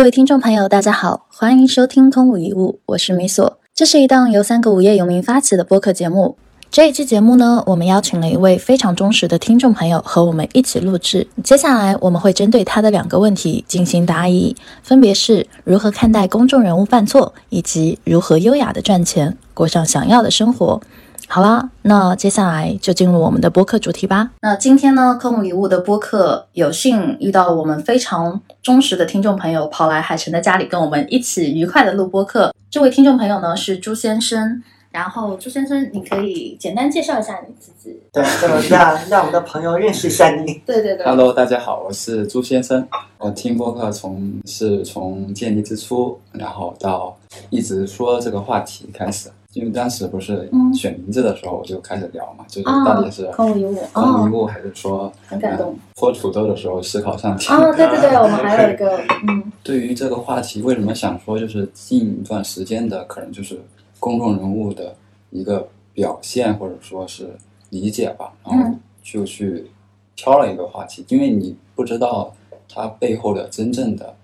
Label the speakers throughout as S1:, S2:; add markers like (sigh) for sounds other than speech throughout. S1: 各位听众朋友，大家好，欢迎收听《空无一物》，我是米索。这是一档由三个无业游民发起的播客节目。这一期节目呢，我们邀请了一位非常忠实的听众朋友和我们一起录制。接下来我们会针对他的两个问题进行答疑，分别是如何看待公众人物犯错，以及如何优雅的赚钱，过上想要的生活。好啦，那接下来就进入我们的播客主题吧。那今天呢，科目礼物的播客有幸遇到我们非常忠实的听众朋友，跑来海晨的家里跟我们一起愉快的录播客。这位听众朋友呢是朱先生，然后朱先生，你可以简单介绍一下你自己。
S2: 对，这么让
S1: (laughs)
S2: 让我们的朋友认识一下你。
S1: 对对对
S3: Hello，大家好，我是朱先生。我听播客从是从建立之初，然后到一直说这个话题开始，因为当时不是
S1: 嗯
S3: 选名字的时候我就开始聊嘛，就是
S1: 啊
S3: 到底是
S1: 空无一物
S3: 当
S1: 哦
S3: 迷，雾还是说呃
S1: 很感动
S3: 泼土豆的时候思考上天。
S1: 哦，对对对，我们还有一个嗯
S3: 对于这个话题，为什么想说就是近一段时间的可能就是公众人物的一个表现或者说是理解吧，然后就去挑了一个话题，因为你不知道他背后的真正的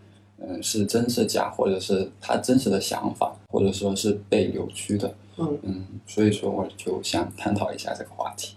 S3: 嗯是真是假，或者是他真实的想法，或者说是被扭曲的，
S2: 嗯
S3: 所以说我就想探讨一下这个话题。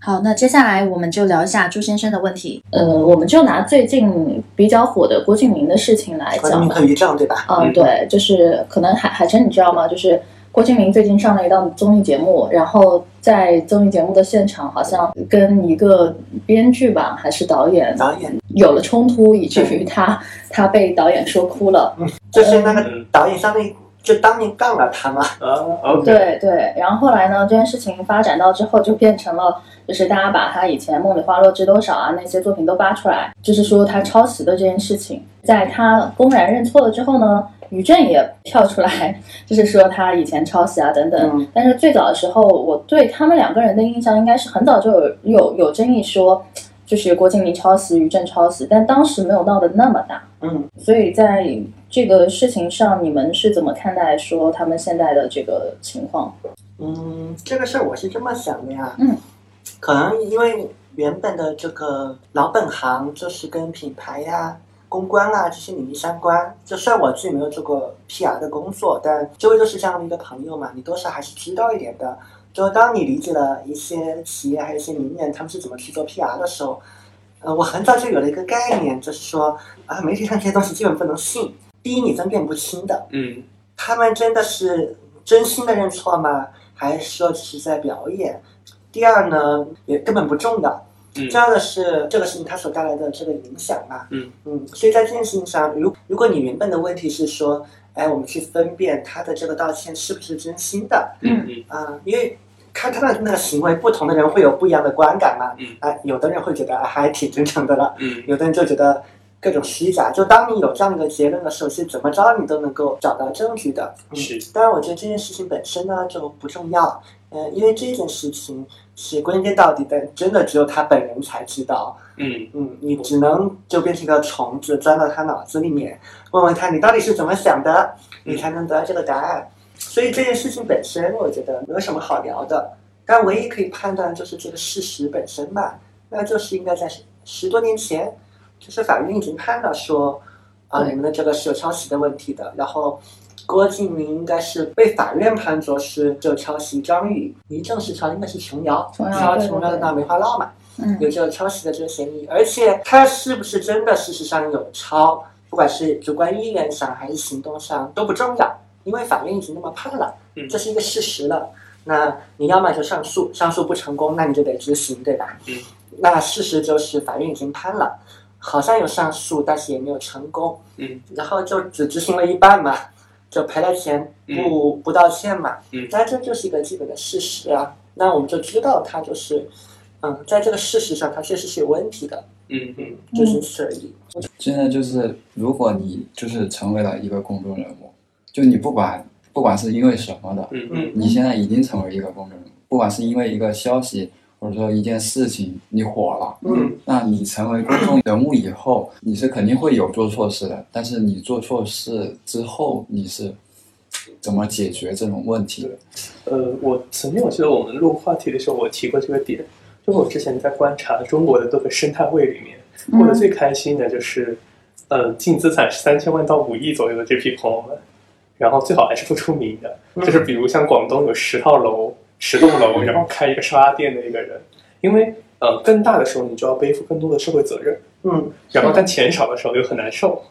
S1: 好，那接下来我们就聊一下朱先生的问题。呃，我们就拿最近比较火的郭敬明的事情来
S2: 关
S1: 讲
S2: 于
S1: 吧
S2: 和。于正对吧？
S1: 嗯，对，就是可能海海晨你知道吗？就是郭敬明最近上了一档综艺节目，然后在综艺节目的现场，好像跟一个编剧吧还是导演
S2: 导演
S1: 有了冲突，以至于他他被导演说哭了。
S2: 就是那个导演，相当于就当面杠了他嘛。
S4: 啊，OK，
S1: 对对，然后后来呢，这件事情发展到之后，就变成了就是大家把他以前《梦里花落知多少》啊那些作品都扒出来，就是说他抄袭的这件事情。在他公然认错了之后呢，于正也跳出来，就是说他以前抄袭啊等等。
S2: 嗯
S1: 但是最早的时候，我对他们两个人的印象应该是很早就有有有争议说，就是郭敬明抄袭，于正抄袭，但当时没有闹得那么大。
S2: 嗯，
S1: 所以在这个事情上，你们是怎么看待说他们现在的这个情况？
S2: 嗯，这个事儿我是这么想的呀。
S1: 嗯，
S2: 可能因为原本的这个老本行就是跟品牌呀、公关啊这些利益相关。就算我自己没有做过 PR 的工作，但周围都是这样的一个朋友嘛，你多少还是知道一点的。就当你理解了一些企业还有一些名人他们是怎么去做 PR 的时候，呃，我很早就有了一个概念，就是说啊，媒体上这些东西基本不能信。第一，你分辨不清的。
S4: 嗯，
S2: 他们真的是真心的认错吗？还是说只是在表演？第二呢，也根本不重要。
S4: 嗯
S2: 重要的是这个事情它所带来的这个影响嘛。
S4: 嗯
S2: 所以在这件事情上，如如果你原本的问题是说，哎，我们去分辨他的这个道歉是不是真心的
S4: 嗯
S2: 啊、因为看他的那个行为，不同的人会有不一样的观感嘛。
S4: 嗯
S2: 啊，有的人会觉得、啊、还挺正常的了，
S4: 嗯嗯
S2: 有的人就觉得各种虚假。就当你有这样一个结论的时候，是怎么着你都能够找到证据的。嗯
S4: 是，
S2: 当然我觉得这件事情本身呢就不重要，呃，因为这件事情是归根到底的，真的只有他本人才知道。
S4: 嗯
S2: 嗯，你只能就变成一个虫子钻到他脑子里面，问问他你到底是怎么想的，
S1: 嗯
S2: 你才能得到这个答案。所以这件事情本身，我觉得没有什么好聊的。但唯一可以判断就是这个事实本身吧，那就是应该在十十多年前，就是法院已经判了说，啊，
S1: 对
S2: 你们的这个是有抄袭的问题的。然后郭敬明应该是被法院判作是有抄袭张宇，于正是抄应该是琼瑶，
S1: 琼瑶啊对对
S2: 琼瑶的
S1: 对
S2: 那《梅花烙》嘛。
S1: 嗯
S2: 有这个抄袭的这个嫌疑，而且他是不是真的事实上有抄，不管是主观意愿上还是行动上都不重要，因为法院已经那么判了，
S4: 嗯
S2: 这是一个事实了。那你要么就上诉，上诉不成功，那你就得执行，对吧？
S4: 嗯。
S2: 那事实就是法院已经判了，好像有上诉，但是也没有成功，
S4: 嗯
S2: 然后就只执行了一半嘛，就赔了钱不、不道歉嘛。
S4: 嗯
S2: 但这就是一个基本的事实啊。那我们就知道他就是，嗯，在这个事实上，他确实是有问题的，
S4: 嗯嗯
S2: 就仅此而已。
S3: 现在就是，如果你就是成为了一个公众人物，就你不管不管是因为什么的，
S4: 嗯嗯
S3: 你现在已经成为一个公众人物，不管是因为一个消息或者说一件事情你火了，
S4: 嗯
S3: 那你成为公众人物以后，你是肯定会有做错事的。但是你做错事之后，你是怎么解决这种问题的？
S4: 呃，我曾经我记得我们录话题的时候，我提过这个点，就我之前在观察中国的各个生态位里面，过得最开心的就是呃，净资产是三千万到五亿左右的这批朋友们，然后最好还是不出名的，
S2: 嗯
S4: 就是比如像广东有十套楼、十栋楼，然后开一个烧鸭店的一个人，因为呃更大的时候你就要背负更多的社会责任，
S2: 嗯
S4: 然后但钱少的时候又很难受，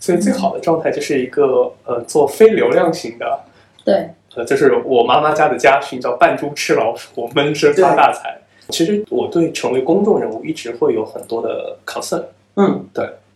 S4: 所以最好的状态就是一个呃做非流量型的，
S5: 对，
S4: 呃，就是我妈妈家的家训叫“扮猪吃老鼠，我闷声发大财”。其实我对成为公众人物一直会有很多的 concern，
S2: 嗯，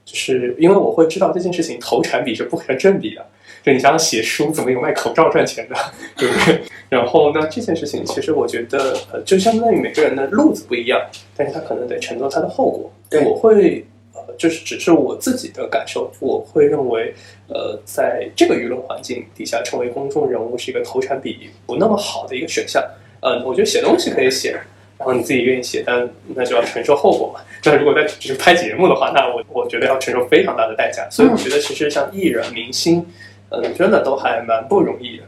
S4: 就是因为我会知道这件事情投产比是不成正比的。就你想想写书怎么有卖口罩赚钱的，对不对？然后那这件事情其实我觉得，呃，就相当于每个人的路子不一样，但是他可能得承受他的后果。
S2: 对
S4: 我会。呃，就是只是我自己的感受，我会认为，呃，在这个舆论环境底下，成为公众人物是一个投产比不那么好的一个选项。呃，我觉得写东西可以写，然后你自己愿意写，但那就要承受后果嘛。那如果在只是拍节目的话，那我我觉得要承受非常大的代价。
S1: 嗯
S4: 所以我觉得其实像艺人、明星，嗯，真的都还蛮不容易的。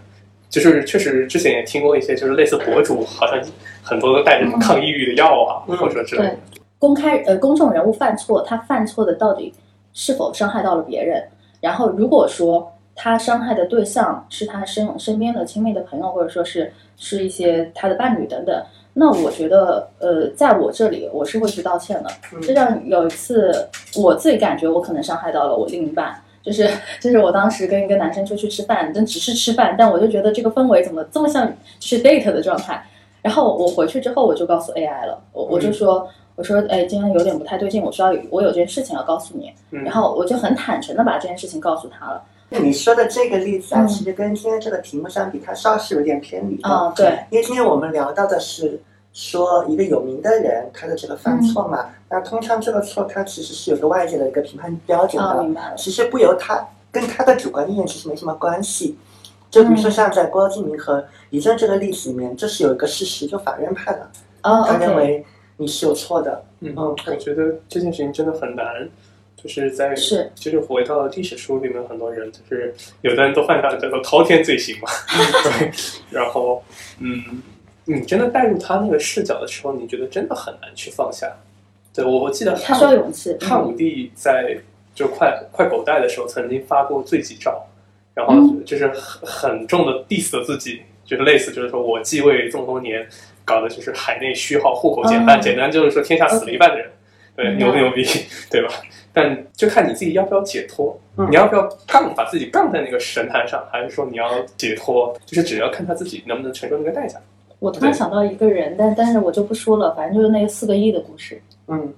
S4: 就是确实之前也听过一些，就是类似博主，好像很多都带着什么抗抑郁的药啊，
S2: 嗯
S4: 或者说之类的。
S1: 公开呃公众人物犯错，他犯错的到底是否伤害到了别人？然后如果说他伤害的对象是他身身边的亲密的朋友，或者说是是一些他的伴侣等等，那我觉得呃，在我这里我是会去道歉的。
S2: 嗯
S1: 就像有一次，我自己感觉我可能伤害到了我另一半。就是就是我当时跟一个男生出去吃饭，但只是吃饭，但我就觉得这个氛围怎么这么像是 date 的状态。然后我回去之后，我就告诉 AI 了，我我就说，我说，哎，今天有点不太对劲，我需要有我有件事情要告诉你，
S4: 嗯
S1: 然后我就很坦诚的把这件事情告诉他了。
S2: 那你说的这个例子啊，
S1: 嗯
S2: 其实跟今天这个题目相比，它稍是有点偏离的。
S1: 啊、对，
S2: 因为今天我们聊到的是说一个有名的人他的这个犯错
S1: 嗯
S2: 嘛，那通常这个错它其实是有一个外界的一个评判标准
S1: 啊、
S2: 的，
S1: 明白了，
S2: 其实不由他跟他的主观意愿其实没什么关系。就比如说
S4: 嗯
S2: 像在郭敬明和李正这个例子里面，这是有一个事实，就法院判了，
S1: 啊、
S2: 他
S1: o
S2: 认
S1: k
S2: 为你是有错的。
S4: 哦嗯
S2: 嗯，
S4: 我觉得这件事情真的很难，就是在
S1: 是
S4: 就是回到历史书里面，很多人就是有的人都犯下了叫做滔天
S1: (laughs)
S4: 罪行嘛，对，然后嗯，你真的带入他那个视角的时候，你觉得真的很难去放下。对我我记得
S1: 他
S4: 汉
S1: 需要
S4: 武
S1: 勇气，
S4: 汉
S1: 嗯
S4: 武帝在就快快狗带的时候，曾经发过罪己诏，然后
S2: 嗯
S4: 就是很很重的 diss 了自己，就是类似就是说我继位这么多年，搞的就是海内虚耗，户口减半，
S1: 嗯
S4: 简单就是说天下死了一半的人，对，
S1: 嗯
S4: 牛不牛逼，对吧？但就看你自己要不要解脱，
S2: 嗯
S4: 你要不要杠把自己杠在那个神坛上，还是说你要解脱，就是只要看他自己能不能承受那个代价。
S1: 我突然想到一个人，但但是我就不说了，反正就是那个四个亿的故事，
S2: 嗯，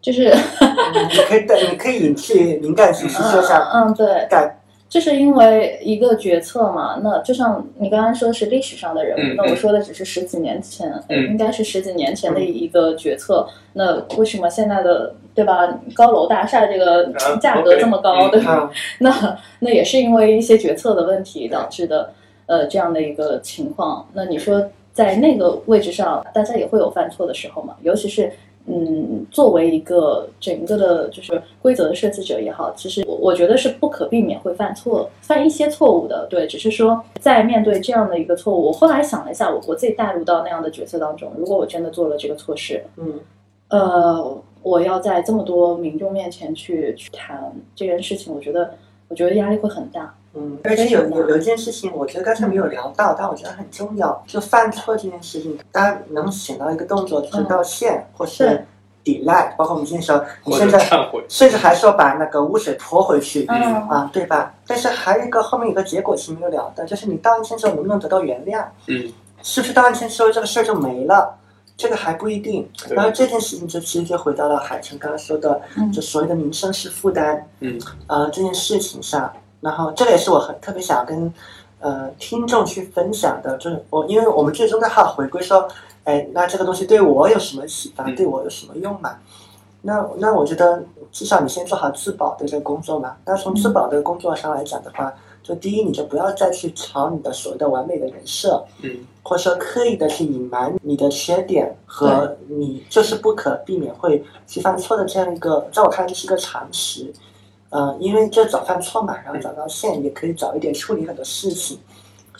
S1: 就是
S2: 你可以对，你可以引去敏感信息，
S1: (laughs)
S2: 就像
S1: 嗯嗯对，
S2: 感
S1: 就是因为一个决策嘛，那就像你刚刚说的是历史上的人物，
S4: 嗯
S1: 那我说的只是十几年前，呃
S4: 嗯
S1: 应该是十几年前的一个决策。那为什么现在的对吧，高楼大厦这个
S4: 啊
S1: 价格
S4: OK，
S1: 这么高，
S4: 嗯
S1: 对吧？
S2: 啊，
S1: (laughs) 那那也是因为一些决策的问题导致的，呃，这样的一个情况。那你说在那个位置上，大家也会有犯错的时候嘛？尤其是嗯，作为一个整个的就是规则的设计者也好，其实我我觉得是不可避免会犯错，犯一些错误的。对，只是说在面对这样的一个错误，我后来想了一下，我我自己带入到那样的角色当中，如果我真的做了这个错事，
S2: 嗯
S1: 呃，我要在这么多民众面前去去谈这件事情，我觉得，我觉得压力会很大。
S2: 嗯，而且有有有一件事情，我觉得刚才没有聊到，但我觉得很重要，就犯错这件事情，大家能想到一个动作
S4: 嗯
S2: 就是道歉，或是
S1: 对
S2: delay，包括我们今天说，你
S4: 或
S2: 现
S4: 者
S2: 在
S4: 忏悔，
S2: 甚至还是要把那个污水泼回去，
S1: 嗯
S2: 啊，对吧？但是还有一个后面有个结果是没有聊的，就是你道歉之后能不能得到原谅？
S4: 嗯，
S2: 是不是道歉之后这个事儿就没了？这个还不一定。
S4: 对
S2: 然后这件事情就其实就回到了海城刚刚说的，
S1: 嗯
S2: 就所谓的民生是负担，
S4: 嗯，
S2: 呃，这件事情上，然后这个也是我很特别想要跟呃听众去分享的，就是我因为我们最终的话回归说，哎，那这个东西对我有什么启发，
S4: 嗯
S2: 对我有什么用嘛？那那我觉得至少你先做好自保的这个工作嘛。那从
S4: 嗯
S2: 自保的工作上来讲的话，就第一，你就不要再去炒你的所谓的完美的人设，
S4: 嗯
S2: 或者说刻意的去隐瞒你的缺点和你就是不可避免会去犯错的这样一个，在我看来这是一个常识。呃，因为就早犯错嘛，然后早道歉，也可以早一点处理很多事情。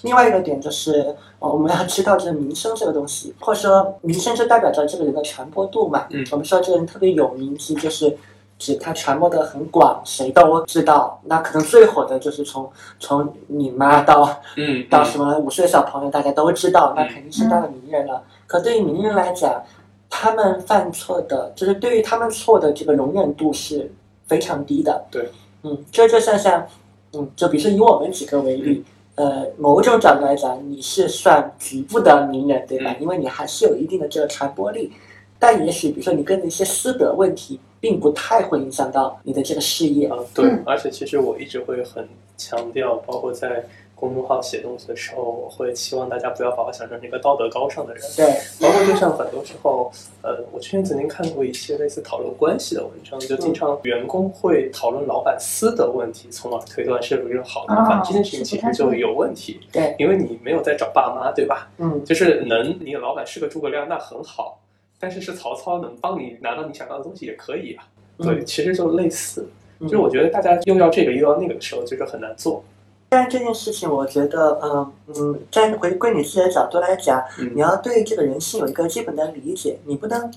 S2: 另外一个点就是，呃，我们要知道这个名声这个东西，或者说名声就代表着这个人的传播度嘛。
S4: 嗯
S2: 我们说这个人特别有名，其实就是指它传播的很广，谁都知道。那可能最火的就是从从你妈到
S4: 嗯，
S2: 到什么五岁小朋友，大家都知道，那
S4: 嗯
S2: 肯定是到了名人了。可对于名人来讲，他们犯错的，就是对于他们错的这个容忍度是非常低的。
S4: 对，
S2: 嗯，这就像像，嗯，就比如说以我们几个为例。
S4: 嗯
S2: 呃，某种角度来讲，你是算局部的名人，对吧？
S4: 嗯
S2: 因为你还是有一定的这个传播力，但也许比如说你跟的一些私德问题，并不太会影响到你的这个事业。
S4: 啊，对
S1: 嗯，
S4: 而且其实我一直会很强调，包括在公众号写东西的时候，我会期望大家不要把我想成是一个道德高尚的人，
S2: 对，
S4: 包括就像很多时候，呃，我之前曾经看过一些类似讨论关系的文章，就经常员工会讨论老板私的问题，从而推断是不是好老板。
S1: 哦
S4: 这件事情其实就有问题，
S2: 对，
S4: 因为你没有在找爸妈，对吧？
S2: 嗯，
S4: 就是能，你的老板是个诸葛亮，那很好，但是是曹操能帮你拿到你想要的东西也可以啊。对，
S2: 嗯，
S4: 其实就类似，
S2: 嗯
S4: 就是我觉得大家又要这个又要那个的时候，就是很难做。
S2: 但这件事情，我觉得，嗯嗯，站回归你自己的角度来讲，你
S4: 嗯，
S2: 要对这个人性有一个基本的理解，你不能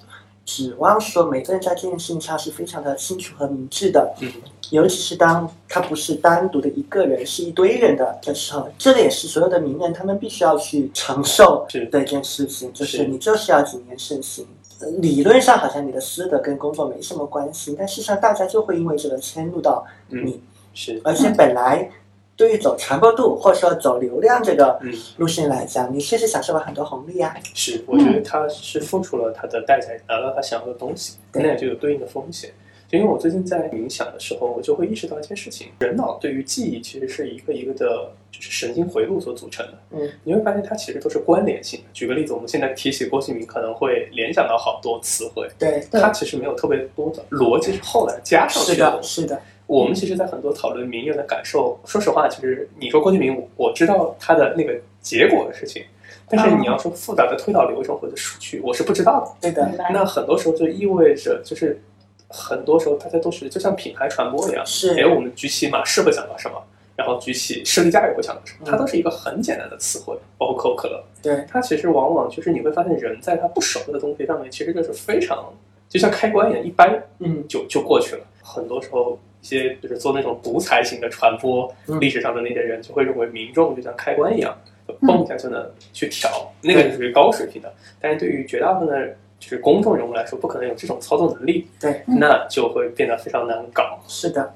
S2: 指望说每个人在这件事情上是非常的清楚和明智的，
S4: 嗯
S2: 尤其是当他不是单独的一个人，是一堆人的的时候，这个也是所有的名人他们必须要去承受
S4: 是
S2: 的一件事情，就是
S4: 是
S2: 你就是要谨言慎行。呃理论上好像你的私德跟工作没什么关系，但事实上大家就会因为这个迁入到你
S4: 嗯，是，
S2: 而且本来对于走传播度或者说走流量这个
S4: 嗯。
S2: 路线来讲，你确实享受了很多红利啊。
S4: 是，我觉得他是付出了他的代价，拿到他想要的东西，
S2: 对
S4: 那也就有对应的风险。就因为我最近在冥想的时候，我就会意识到一件事情：人脑对于记忆其实是一个一个的，就是神经回路所组成的。
S2: 嗯，
S4: 你会发现它其实都是关联性的。举个例子，我们现在提起郭敬明，可能会联想到好多词汇，
S2: 对，
S1: 对
S4: 它其实没有特别多的逻辑是后来加上
S2: 是
S4: 去的
S2: 的，
S4: 东西。
S2: 是的，
S4: 我们其实，在很多讨论名人的感受，说实话，其实你说郭敬明，我我知道他的那个结果的事情，但是你要说复杂的推导流程或者数据，我是不知道的。
S2: 对的，
S1: 明白
S4: 那很多时候就意味着，就是很多时候大家都是就像品牌传播一样，哎，
S2: 是
S4: 我们举起马氏会想到什么，然后举起士力架也会想到什么，它都是一个很简单的词汇，包括可口可乐，
S2: 对，
S4: 它其实往往就是你会发现，人在他不熟的东西上面，其实就是非常就像开关一样，一般
S2: 嗯，
S4: 就就过去了。很多时候，一些就是做那种独裁型的传播，
S2: 嗯
S4: 历史上的那些人就会认为民众就像开关一样，就蹦一下就能去调，那个是属于高水平的。但是对于绝大部分的，就是公众人物来说，不可能有这种操作能力，
S2: 对，
S1: 嗯
S4: 那就会变得非常难搞。
S2: 是的，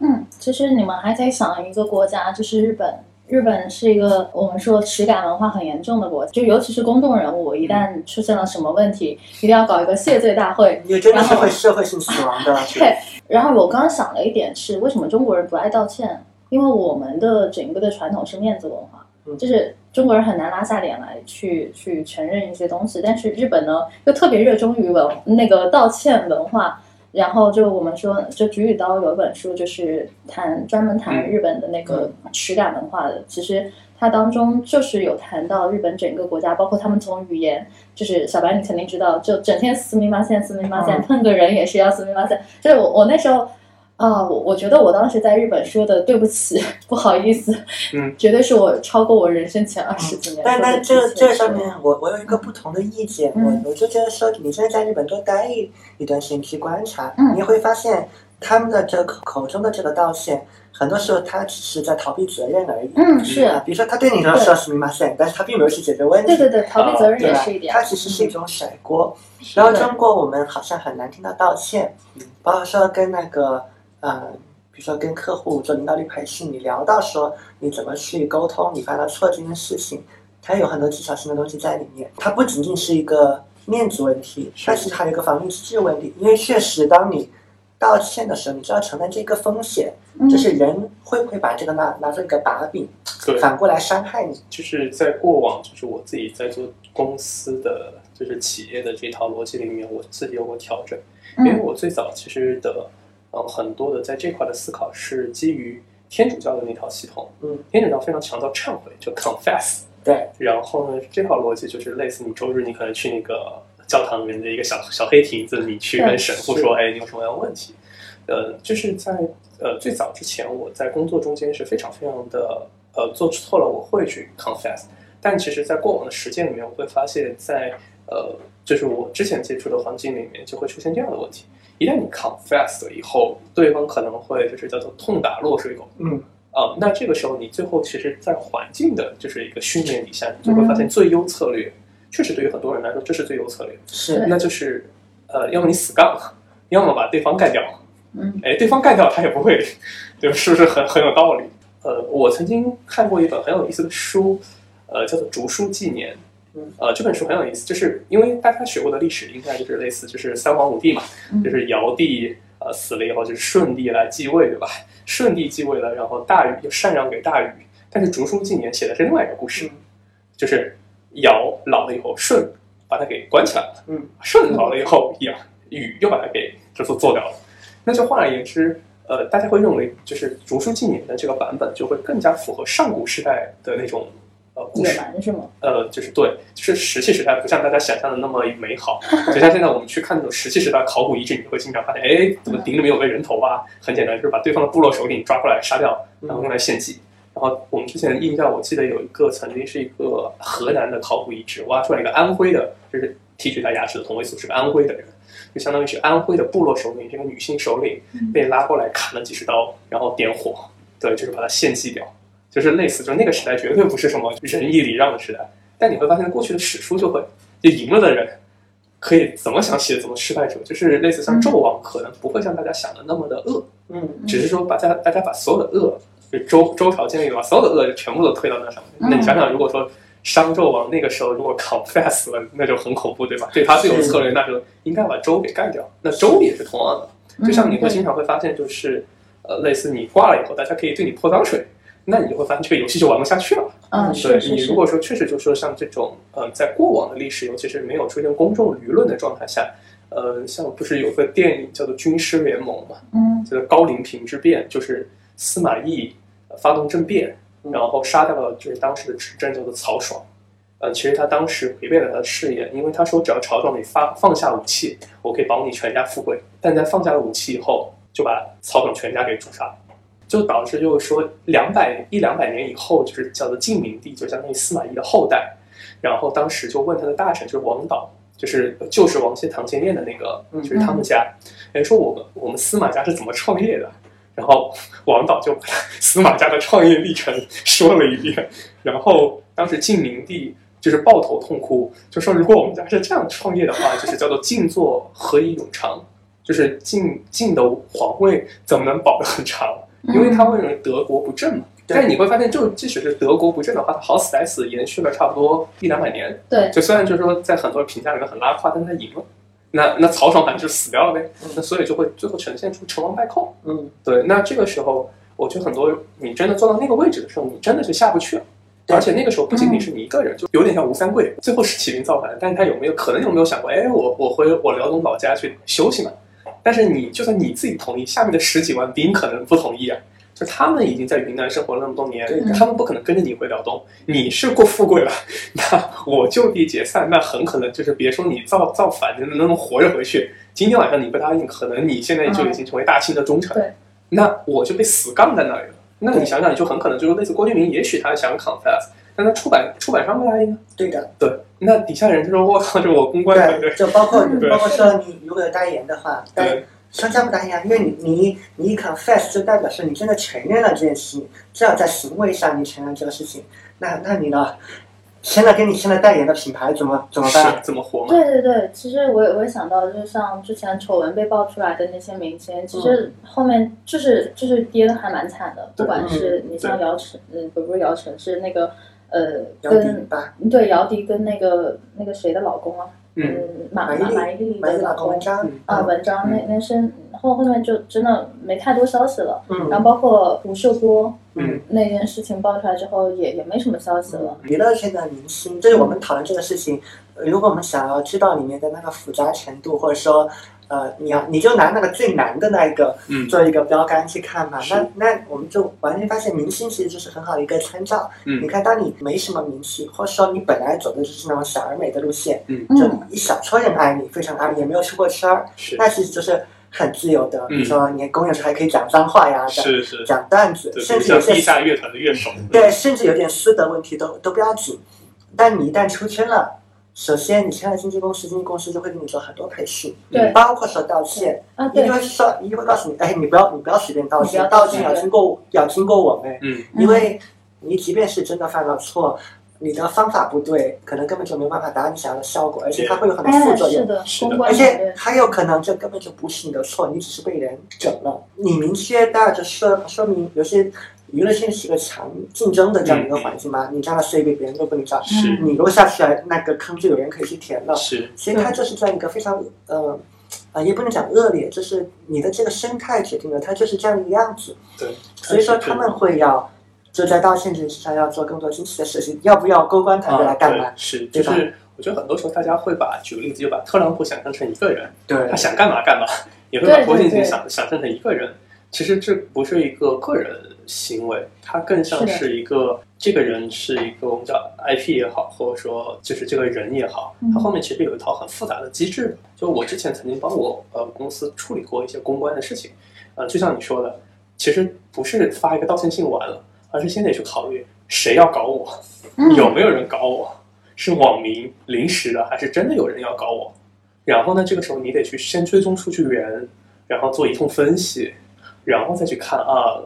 S1: 嗯，其实你们还可以想一个国家，就是日本。日本是一个我们说耻感文化很严重的国家，就尤其是公众人物，一旦出现了什么问题，一定要搞一个谢罪大会。
S2: 也真的是
S1: 然后
S2: 会社会性死亡的，
S1: (laughs) 对，然后我刚刚想了一点是，为什么中国人不爱道歉？因为我们的整个的传统是面子文化
S2: 嗯，
S1: 就是中国人很难拉下脸来去去承认一些东西，但是日本呢又特别热衷于文那个道歉文化。然后就我们说，就菊与刀有一本书，就是谈专门谈
S4: 嗯
S1: 日本的那个耻感文化的。其实它当中就是有谈到日本整个国家，包括他们从语言，就是小白你肯定知道，就整天私密马线私密马线，
S2: 嗯
S1: 碰个人也是要私密马线。就是我我那时候啊，我我觉得我当时在日本说的对不起，不好意思，
S4: 嗯，
S1: (laughs) 绝对是我超过我人生前二十几年
S2: 但
S1: 说的
S2: 但
S1: 第一次的
S2: 这这
S1: 时候
S2: 上面，我我有一个不同的意见，
S1: 嗯
S2: 我我就觉得说，你真的在日本多待一一段时间去观察，
S1: 嗯
S2: 你会发现他们的这个口中的这个道歉，很多时候他只是在逃避责任而已。
S1: 嗯是，
S2: 啊，比如说他对你说
S1: 对
S2: 说是密码线，但是他并没有去解决问题，
S1: 对对
S4: 啊
S1: 对，逃避责任
S2: 对
S1: 也
S2: 吧
S1: 是一？点嗯
S2: 它，其实是一种甩锅。然后
S1: 的
S2: 中国我们好像很难听到道歉
S4: 嗯，
S2: 包括说跟那个呃，比如说跟客户做领导力培训，你聊到说你怎么去沟通你犯了错这件事情，它有很多技巧性的东西在里面。它不仅仅是一个面子问题，
S4: 是
S2: 它其实还有一个防御机制问题，因为确实当你。道歉的时候，你就要承担这个风险，
S1: 嗯
S2: 就是人会不会把这个拿拿做一个把柄，
S4: 对，
S2: 反过来伤害你？
S4: 就是在过往，就是我自己在做公司的，就是企业的这套逻辑里面，我自己有过调整。因为
S1: 嗯
S4: 我最早其实的，呃，很多的在这块的思考是基于天主教的那套系统。
S2: 嗯，
S4: 天主教非常强调忏悔，就 confess。
S2: 对，
S4: 然后呢，这套逻辑就是类似你周日你可能去那个教堂里面的一个小小黑亭子，你去
S1: 对
S4: 跟神父
S2: 是
S4: 说，哎，你有什么样的问题？呃，就是在呃最早之前，我在工作中间是非常非常的呃做错了，我会去 confess。但其实，在过往的实践里面，我会发现在，呃，就是我之前接触的环境里面，就会出现这样的问题，一旦你 confess 了以后，对方可能会就是叫做痛打落水狗。
S2: 嗯
S4: 啊、那这个时候你最后其实，在环境的就是一个训练底下，你就会发现最优策略，确实对于很多人来说，这是最优策略，
S2: 是
S1: 对
S4: 那就是呃，要么你死杠，要么把对方干掉。
S1: 嗯，
S4: 哎，对方干掉他也不会，对，是不是很很有道理？呃，我曾经看过一本很有意思的书，呃，叫做《竹书纪年》。
S2: 嗯，
S4: 呃，这本书很有意思，就是因为大家学过的历史应该就是类似，就是三皇五帝嘛，
S1: 嗯
S4: 就是尧帝呃死了以后，就是舜帝来继位，对吧？舜帝继位了，然后大禹又禅让给大禹，但是《竹书纪年》写的是另外一个故
S2: 嗯
S4: 事，就是尧老了以后，舜把他给关起来了。
S2: 嗯，
S4: 舜老了以后，呀，禹又把他给就是做掉了。那就换而言之，呃，大家会认为就是《竹书纪年》的这个版本就会更加符合上古时代的那种呃故
S1: 野
S4: 事，
S1: 嗯蛮是吗？
S4: 呃，就是对，就是石器时代不像大家想象的那么美好。就像现在我们去看那种石器时代考古遗址，你会经常发现，哎，怎么顶里面有个人头啊？很简单，就是把对方的部落首领抓过来杀掉，然后用来献祭。然后我们之前印象，我记得有一个曾经是一个河南的考古遗址，挖出来一个安徽的，就是提取他牙齿的同位素是个安徽的人，就相当于是安徽的部落首领，这个女性首领被拉过来砍了几十刀，然后点火，对，就是把它献祭掉，就是类似，就是那个时代绝对不是什么仁义礼让的时代，但你会发现过去的史书就会，就赢了的人可以怎么想写怎么失败者，就是类似像纣王可能不会像大家想的那么的恶，
S2: 嗯
S4: 只是说把家大家把所有的恶，就周周朝建立把所有的恶就全部都推到那上面。那你想
S1: 嗯
S4: 想，如果说商纣王那个时候如果 confess 了，那就很恐怖，对吧？对他最有策略，那就应该把周给干掉。那周也是同样
S1: 嗯
S4: 的，就像你会经常会发现，就是呃，类似你挂了以后，大家可以对你泼脏水，那你就会发现这个游戏就玩不下去了。
S1: 嗯，
S4: 对
S1: 是是
S4: 你
S1: 是
S4: 如，果说确实就说像这种，呃，在过往的历史，尤其是没有出现公众舆论的状态下，呃，像不是有个电影叫做《军师联盟》嘛，
S1: 嗯
S4: 这个高陵平之变，就是司马懿呃发动政变，
S2: 嗯
S4: 然后杀掉了就是当时的执政叫做曹爽。呃，其实他当时违背了他的誓言，因为他说只要曹爽你发放下武器，我可以保你全家富贵。但在放下了武器以后，就把曹爽全家给诛杀了，就导致就是说两百一两百年以后，就是叫做晋明帝，就相当于司马懿的后代。然后当时就问他的大臣，就是王导，就是就是王谢堂前燕的那个，
S2: 嗯
S4: 就是他们家，人说我们我们司马家是怎么创业的，然后王导就把他司马家的创业历程说了一遍，然后当时晋明帝就是抱头痛哭，就说如果我们家是这样创业的话，就是叫做 (laughs) 晋作何以永长，就是晋晋的皇位怎么能保得很长？因为他会认为德国不正嘛。
S2: 对
S4: 但你会发现，就即使是德国不正的话，它好死歹死延续了差不多一两百年。
S1: 对
S4: 就虽然就是说在很多评价里面很拉胯，但是他赢了。那那曹爽反正就死掉了呗
S2: 嗯，
S4: 那所以就会最后呈现出成王败寇。
S2: 嗯，
S4: 对，那这个时候，我觉得很多你真的做到那个位置的时候，你真的是下不去了。
S2: 对嗯
S4: 而且那个时候不仅仅是你一个人，就有点像吴三桂，最后是起兵造反，但是他有没有可能有没有想过，哎，我我回我辽东老家去休息嘛？但是你就算你自己同意，下面的十几万兵可能不同意啊。就他们已经在云南生活了那么多年
S2: 对，
S4: 他们不可能跟着你回辽东。你是过富贵了， (laughs) 那我就地解散，那很可能就是别说你造造反，你能不能活着回去？今天晚上你不答应，可能你现在就
S2: 嗯
S4: 已经成为大清的忠臣。
S1: 嗯对
S4: 那我就被死杠在那里了。那你想想，你就很可能就是类似郭敬明，也许他想 confess，但他出版出版商不答应啊。
S2: 对的，
S4: 对，那底下人就说：“我靠，这我公关团队
S2: 对，。就包括
S4: 对
S2: 包括说你如果有代言的话，”但
S4: 对
S2: 商家不答应啊，因为你你你一 confess 就代表是你真的承认了这件事情，至少在行为上你承认这个事情，那那你呢？签了跟你签了代言的品牌怎么怎么
S4: 是
S2: 办？
S4: 怎么活嘛？
S1: 对对对，其实我也我也想到，就是像之前丑闻被爆出来的那些明星，其
S2: 嗯
S1: 实后面就是就是跌的还蛮惨的，不管是你像姚晨，嗯，不不是姚晨，是那个呃
S2: 要顶
S1: 跟
S2: 吧，
S1: 对姚笛跟那个那个谁的老公啊，
S4: 嗯，
S1: 嗯，马马
S2: 马伊琍
S1: 马伊琍
S2: 买
S1: 的
S2: 一
S1: 老
S2: 老公
S1: 公
S2: 文章，嗯
S1: 啊，文章那那是后后面就真的没太多消息了，然
S2: 嗯
S1: 后包括吴秀波
S4: 嗯
S1: 那件事情爆出来之后，也也没什么消息了，
S2: 娱乐圈的明星，就是我们讨论这个事情，呃如果我们想要知道里面的那个复杂程度，或者说，呃，你要你就拿那个最难的那一个
S4: 嗯
S2: 做一个标杆去看嘛。
S4: 是
S2: 那那我们就完全发现，明星其实就是很好的一个参照。
S4: 嗯
S2: 你看，当你没什么名气，或者说你本来走的就是那种小而美的路线，
S4: 嗯
S2: 就一小撮人爱你，非常爱你，也没有出过圈儿，
S4: 是
S2: 那其实就是很自由的。比如
S4: 嗯
S2: 说，你公演时候还可以讲脏话呀，讲
S4: 是是，
S2: 讲段子，
S4: 对，
S2: 甚
S4: 就
S2: 至有
S4: 像
S2: 些
S4: 地下乐团的乐手。
S2: 对，甚至有点私德问题都都不要紧。但你一旦出圈了，首先，你现在经纪公司，经纪公司就会跟你做很多培训，
S1: 对
S2: 包括说道歉，
S1: 啊，
S2: 一
S1: 对
S2: 定，会说，一定会告诉你，哎，你不要，你不要随便道
S1: 你不要
S2: 歉，
S1: 道
S2: 道
S1: 歉
S2: 歉要经过，要经过我们，
S4: 嗯，
S5: 嗯
S2: 哎因为你即便是真的犯了错，你的方法不对，可能根本就没办法达到你想要的效果，而且它会有很多副
S1: 哎，
S2: 作
S1: 是
S2: 用。
S1: 的，
S4: 是的
S1: 公
S2: 而
S1: 关
S2: 且
S1: 对，
S2: 还有可能这根本就不是你的错，你只是被人整了。你明确带着说说明，有些娱乐圈是一个强竞争的这样一个环境嘛，你占了水杯，别人都不能占，
S1: 嗯
S4: 是
S2: 你落下去了，那个坑就有人可以去填了。
S4: 是，
S2: 所以它就是这样一个非常呃啊，也不能讲恶劣，就是你的这个生态决定了它就是这样一个样子。
S4: 对，
S2: 所以说他们会要就在道歉这件事上要做更多精细的设计，要不要公关团队来
S4: 啊，
S2: 干
S4: 对
S2: 嘛？，
S4: 是，
S2: 对
S4: 就
S2: 吧
S4: 是我觉得很多时候大家会把，举个例子，就把特朗普想象成一个人，
S2: 对
S4: 他想干嘛干嘛，也会
S1: 对
S4: 把
S1: 对
S4: 郭敬明
S1: 对
S4: 想想象成一个人。其实这不是一个个人行为，它更像
S1: 是的
S4: 是一个这个人是一个我们叫 IP 也好，或者说就是这个人也好
S1: 嗯，
S4: 它后面其实有一套很复杂的机制的。就我之前曾经帮我呃公司处理过一些公关的事情，呃，就像你说的，其实不是发一个道歉信完了，而是先得去考虑谁要搞我，
S5: 嗯
S4: 有没有人搞我，是网民临时的，还是真的有人要搞我？然后呢，这个时候你得去先追踪数据源，然后做一通分析，然后再去看啊。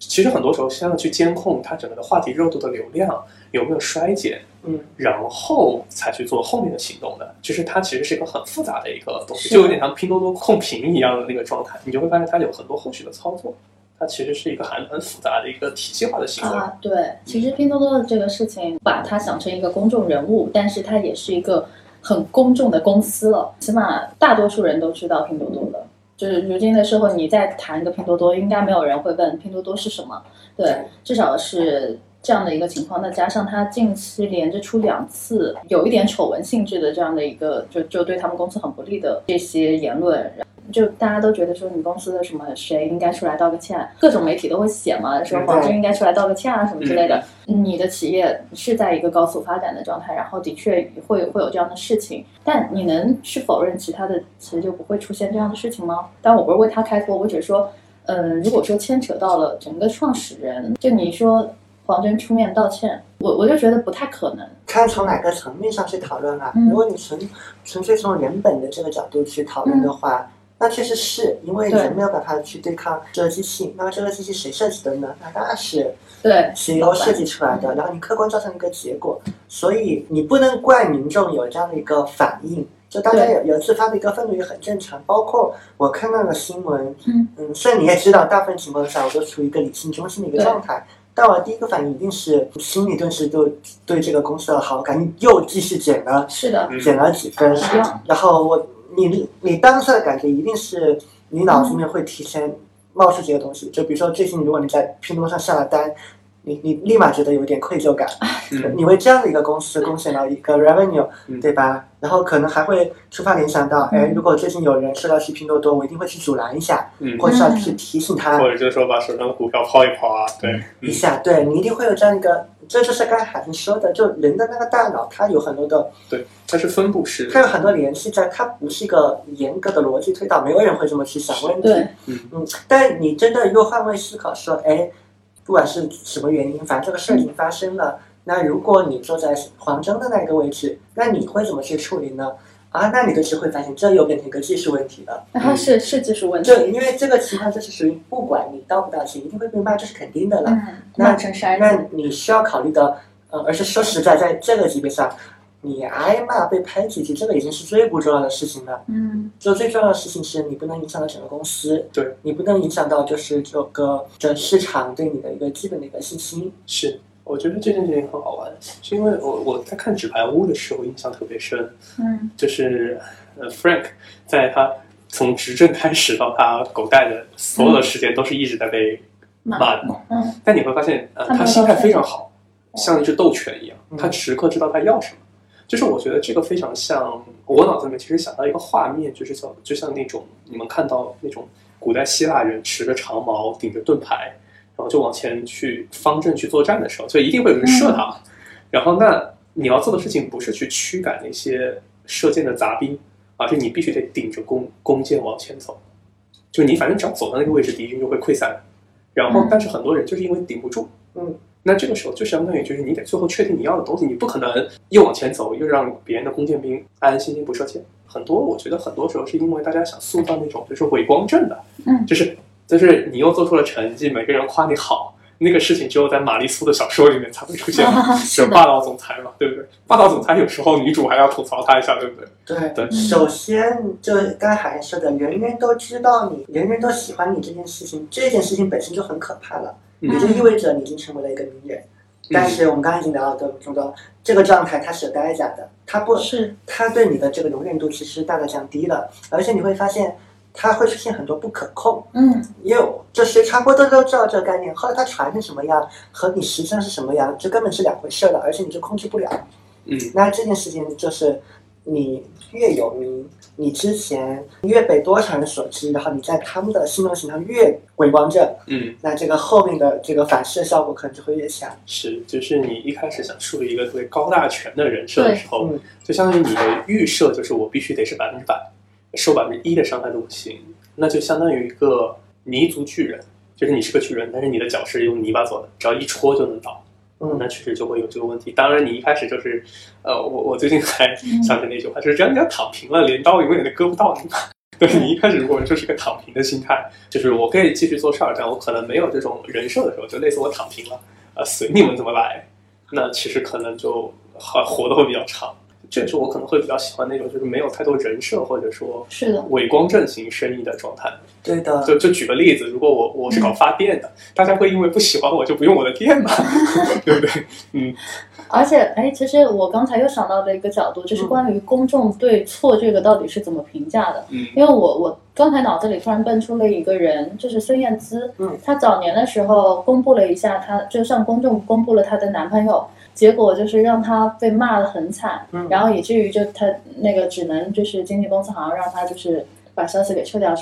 S4: 其实很多时候先要去监控它整个的话题热度的流量有没有衰减，
S2: 嗯，
S4: 然后才去做后面的行动的。就是它其实是一个很复杂的一个东西，
S2: 是
S4: 就有点像拼多多控评一样的那个状态，你就会发现它有很多后续的操作。它其实是一个很很复杂的一个体系化的行为。
S1: 啊，对，其实拼多多的这个事情，把它想成一个公众人物，但是它也是一个很公众的公司了，起码大多数人都知道拼多多的。就是如今的社会，你再谈一个拼多多，应该没有人会问拼多多是什么。对
S2: 对，
S1: 至少是这样的一个情况。那加上它近期连着出两次有一点丑闻性质的这样的一个，就就对他们公司很不利的这些言论，就大家都觉得说你公司的什么谁应该出来道个歉，各种媒体都会写嘛，说
S2: 嗯
S1: 黄峥应该出来道个歉啊什么之类的。你的企业是在一个高速发展的状态，然后的确会会有这样的事情，但你能去否认其他的企业就不会出现这样的事情吗？但我不是为他开脱，我只是说，嗯，如果说牵扯到了整个创始人，就你说黄峥出面道歉，我我就觉得不太可能。
S2: 看从哪个层面上去讨论啊？
S1: 嗯
S2: 如果你纯纯粹从人本的这个角度去讨论的话。那确实是因为
S1: 对
S2: 人没有办法去对抗这个机器，那么这个机器谁设计的呢？那当然是
S1: 对，
S2: CEO 设计出来的，然后你客观造成一个结果，所以你不能怪民众有这样的一个反应。就大家有有自发的一个愤怒也很正常，包括我看到的新闻，
S1: 嗯
S2: 嗯，虽然你也知道，大部分情况下我都处于一个理性中性的一个状态，但我第一个反应一定是心里顿时就对这个公司的好感你又继续减了，
S1: 是的，
S4: 嗯
S2: 减了几分
S1: 是这样，
S2: 然后我你你当下的感觉一定是你脑子里面会提前
S4: 嗯
S2: 冒出这个东西，就比如说最近如果你在拼多多上下了单，你你立马觉得有点愧疚感，
S4: 嗯
S2: 你为这样的一个公司贡献了一个 revenue，、
S4: 嗯
S2: 对吧？然后可能还会触发联想到，
S1: 嗯
S2: 哎，如果最近有人说要去拼多多，我一定会去阻拦一下，
S4: 嗯
S2: 或者是要去提醒他
S4: 或者就是说把手上的股票抛一抛啊，对，
S2: 嗯一下，对你一定会有这样一个，这就是刚才海峰说的，就人的那个大脑，它有很多的
S4: 它是分布式
S2: 它有
S4: 的，
S2: 很多联系在，它不是一个严格的逻辑推导，没有人会这么去想问题。
S1: 对，
S2: 嗯，但你真的又换位思考，说，哎，不管是什么原因，反正这个事儿已经发生了。那如果你坐在黄峥的那个位置，那你会怎么去处理呢？啊，那你就只会发现这又变成一个技术问题了。
S1: 然后是是技术问题，
S2: 就因为这个情况就是属于不管你道不道歉，一定会被骂，这是肯定的了。
S1: 嗯，
S2: 那
S1: 酿成筛
S2: 那
S1: 子，
S2: 你需要考虑的，呃，而且说实在，在这个级别上，你挨骂被喷几句，这个已经是最不重要的事情了。
S1: 嗯，
S2: 就最重要的事情是你不能影响到整个公司，
S4: 对
S2: 你不能影响到就是这个这市场对你的一个基本的一个信心。
S4: 是。我觉得这件事情很好玩，是因为我我在看《纸牌屋》的时候印象特别深，
S1: 嗯，
S4: 就是呃 Frank 在他从执政开始到他狗带的所有的时间都是一直在被
S1: 骂
S4: 骂的，
S1: 嗯
S4: 但你会发现呃
S1: 他没有
S4: 他心态非常好，像一只斗犬一样，
S2: 嗯
S4: 他时刻知道他要什么。就是我觉得这个非常像我脑子里面其实想到一个画面，就是像就像那种你们看到那种古代希腊人持着长矛顶着盾牌，然后就往前去方阵去作战的时候，所以一定会有人射他。然后那你要做的事情不是去驱赶那些射箭的杂兵，而是啊你必须得顶着弓弓箭往前走。就你反正只要走到那个位置，敌军就会溃散。然后
S1: 嗯，
S4: 但是很多人就是因为顶不住，
S2: 嗯，
S4: 那这个时候就相当于就是你得最后确定你要的东西，你不可能又往前走，又让别人的弓箭兵安安心心不射箭。很多我觉得很多时候是因为大家想塑造那种就是伪光正的，
S1: 嗯
S4: 就是就是你又做出了成绩，每个人夸你好。那个事情只有在玛丽苏的小说里面才会出现，
S1: 啊 (laughs) 是的
S4: 霸道总裁嘛，对不对？霸道总裁有时候女主还要吐槽他一下，对不对？
S2: 对，
S4: 对
S2: 首先就刚才还说的，人人都知道你，人人都喜欢你这件事情，这件事情本身就很可怕了，
S4: 嗯
S2: 也就意味着你已经成为了一个名人。但是我们刚才已经聊到的中的这个状态，它是有代价的，它不，
S1: 嗯是
S2: 它对你的这个容忍度其实大大降低了，而且你会发现它会出现很多不可控。
S1: 嗯
S2: 也有，就谁差不多都知道这个概念，后来它传成什么样，和你实际上是什么样，这根本是两回事了，而且你就控制不了。
S4: 嗯，
S2: 那这件事情就是，你越有名，你之前越被多少人所知，然后你在他们的心中形象越伪光正，
S4: 嗯，
S2: 那这个后面的这个反射效果可能就会越强。
S4: 是，就是你一开始想树立一个特别高大全的人设的时候
S2: 对嗯，
S4: 就相当于你的预设就是我必须得是百分之百，受百分之一的伤害都不行，那就相当于一个泥足巨人，就是你是个巨人，但是你的脚是用泥巴做的，只要一戳就能倒。
S2: 嗯
S4: 那，确实就会有这个问题。当然，你一开始就是，呃，我我最近还
S1: 嗯
S4: 想起那句话，就是只要你要躺平了，镰刀永远都割不到你嘛。 (laughs) 对你一开始如果就是个躺平的心态，就是我可以继续做事儿，但我可能没有这种人设的时候，就类似我躺平了，呃，随你们怎么来。那其实可能就还活得会比较长。这也是我可能会比较喜欢那种，就是没有太多人设或者说
S1: 是的，
S4: 伪光正型生意的状态。
S2: 对的，
S4: 就就举个例子，如果我我是
S1: 嗯
S4: 搞发电的，大家会因为不喜欢我就不用我的电嘛， (laughs) 对不对？嗯，
S1: 而且哎，其实我刚才又想到的一个角度，就是
S2: 嗯
S1: 关于公众对错这个到底是怎么评价的。
S4: 嗯
S1: 因为我我刚才脑子里突然蹦出了一个人，就是孙燕姿。
S2: 嗯，
S1: 她早年的时候公布了一下她，就向公众公布了她的男朋友，结果就是让她被骂得很惨，
S2: 嗯
S1: 然后以至于就她那个只能就是经纪公司好像让她就是把消息给撤掉。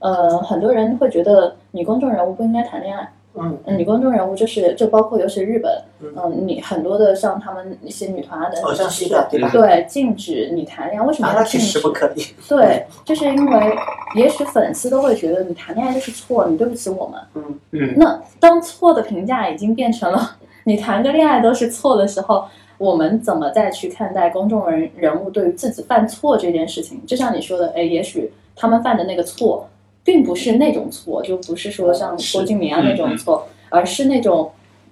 S1: 呃，很多人会觉得女公众人物不应该谈恋爱。
S2: 嗯
S1: 嗯，女公众人物就是就包括尤其是日本，
S2: 嗯哦
S1: 嗯，你很多的像他们一些女团啊等
S2: 偶
S1: 等，
S2: 像剧的对吧？
S1: 对禁止你谈恋爱，为什么
S2: 啊，
S1: 要
S2: 那
S1: 禁
S2: 确
S1: 止
S2: 实？不可以。
S1: 对，就是因为也许粉丝都会觉得你谈恋爱就是错，你对不起我们。
S2: 嗯
S4: 嗯
S1: 那当错的评价已经变成了你谈个恋爱都是错的时候，我们怎么再去看待公众人人物对于自己犯错这件事情？就像你说的，哎，也许他们犯的那个错，并不是那种错，就不是说像
S4: 是
S1: 郭敬明啊那种错，而是那种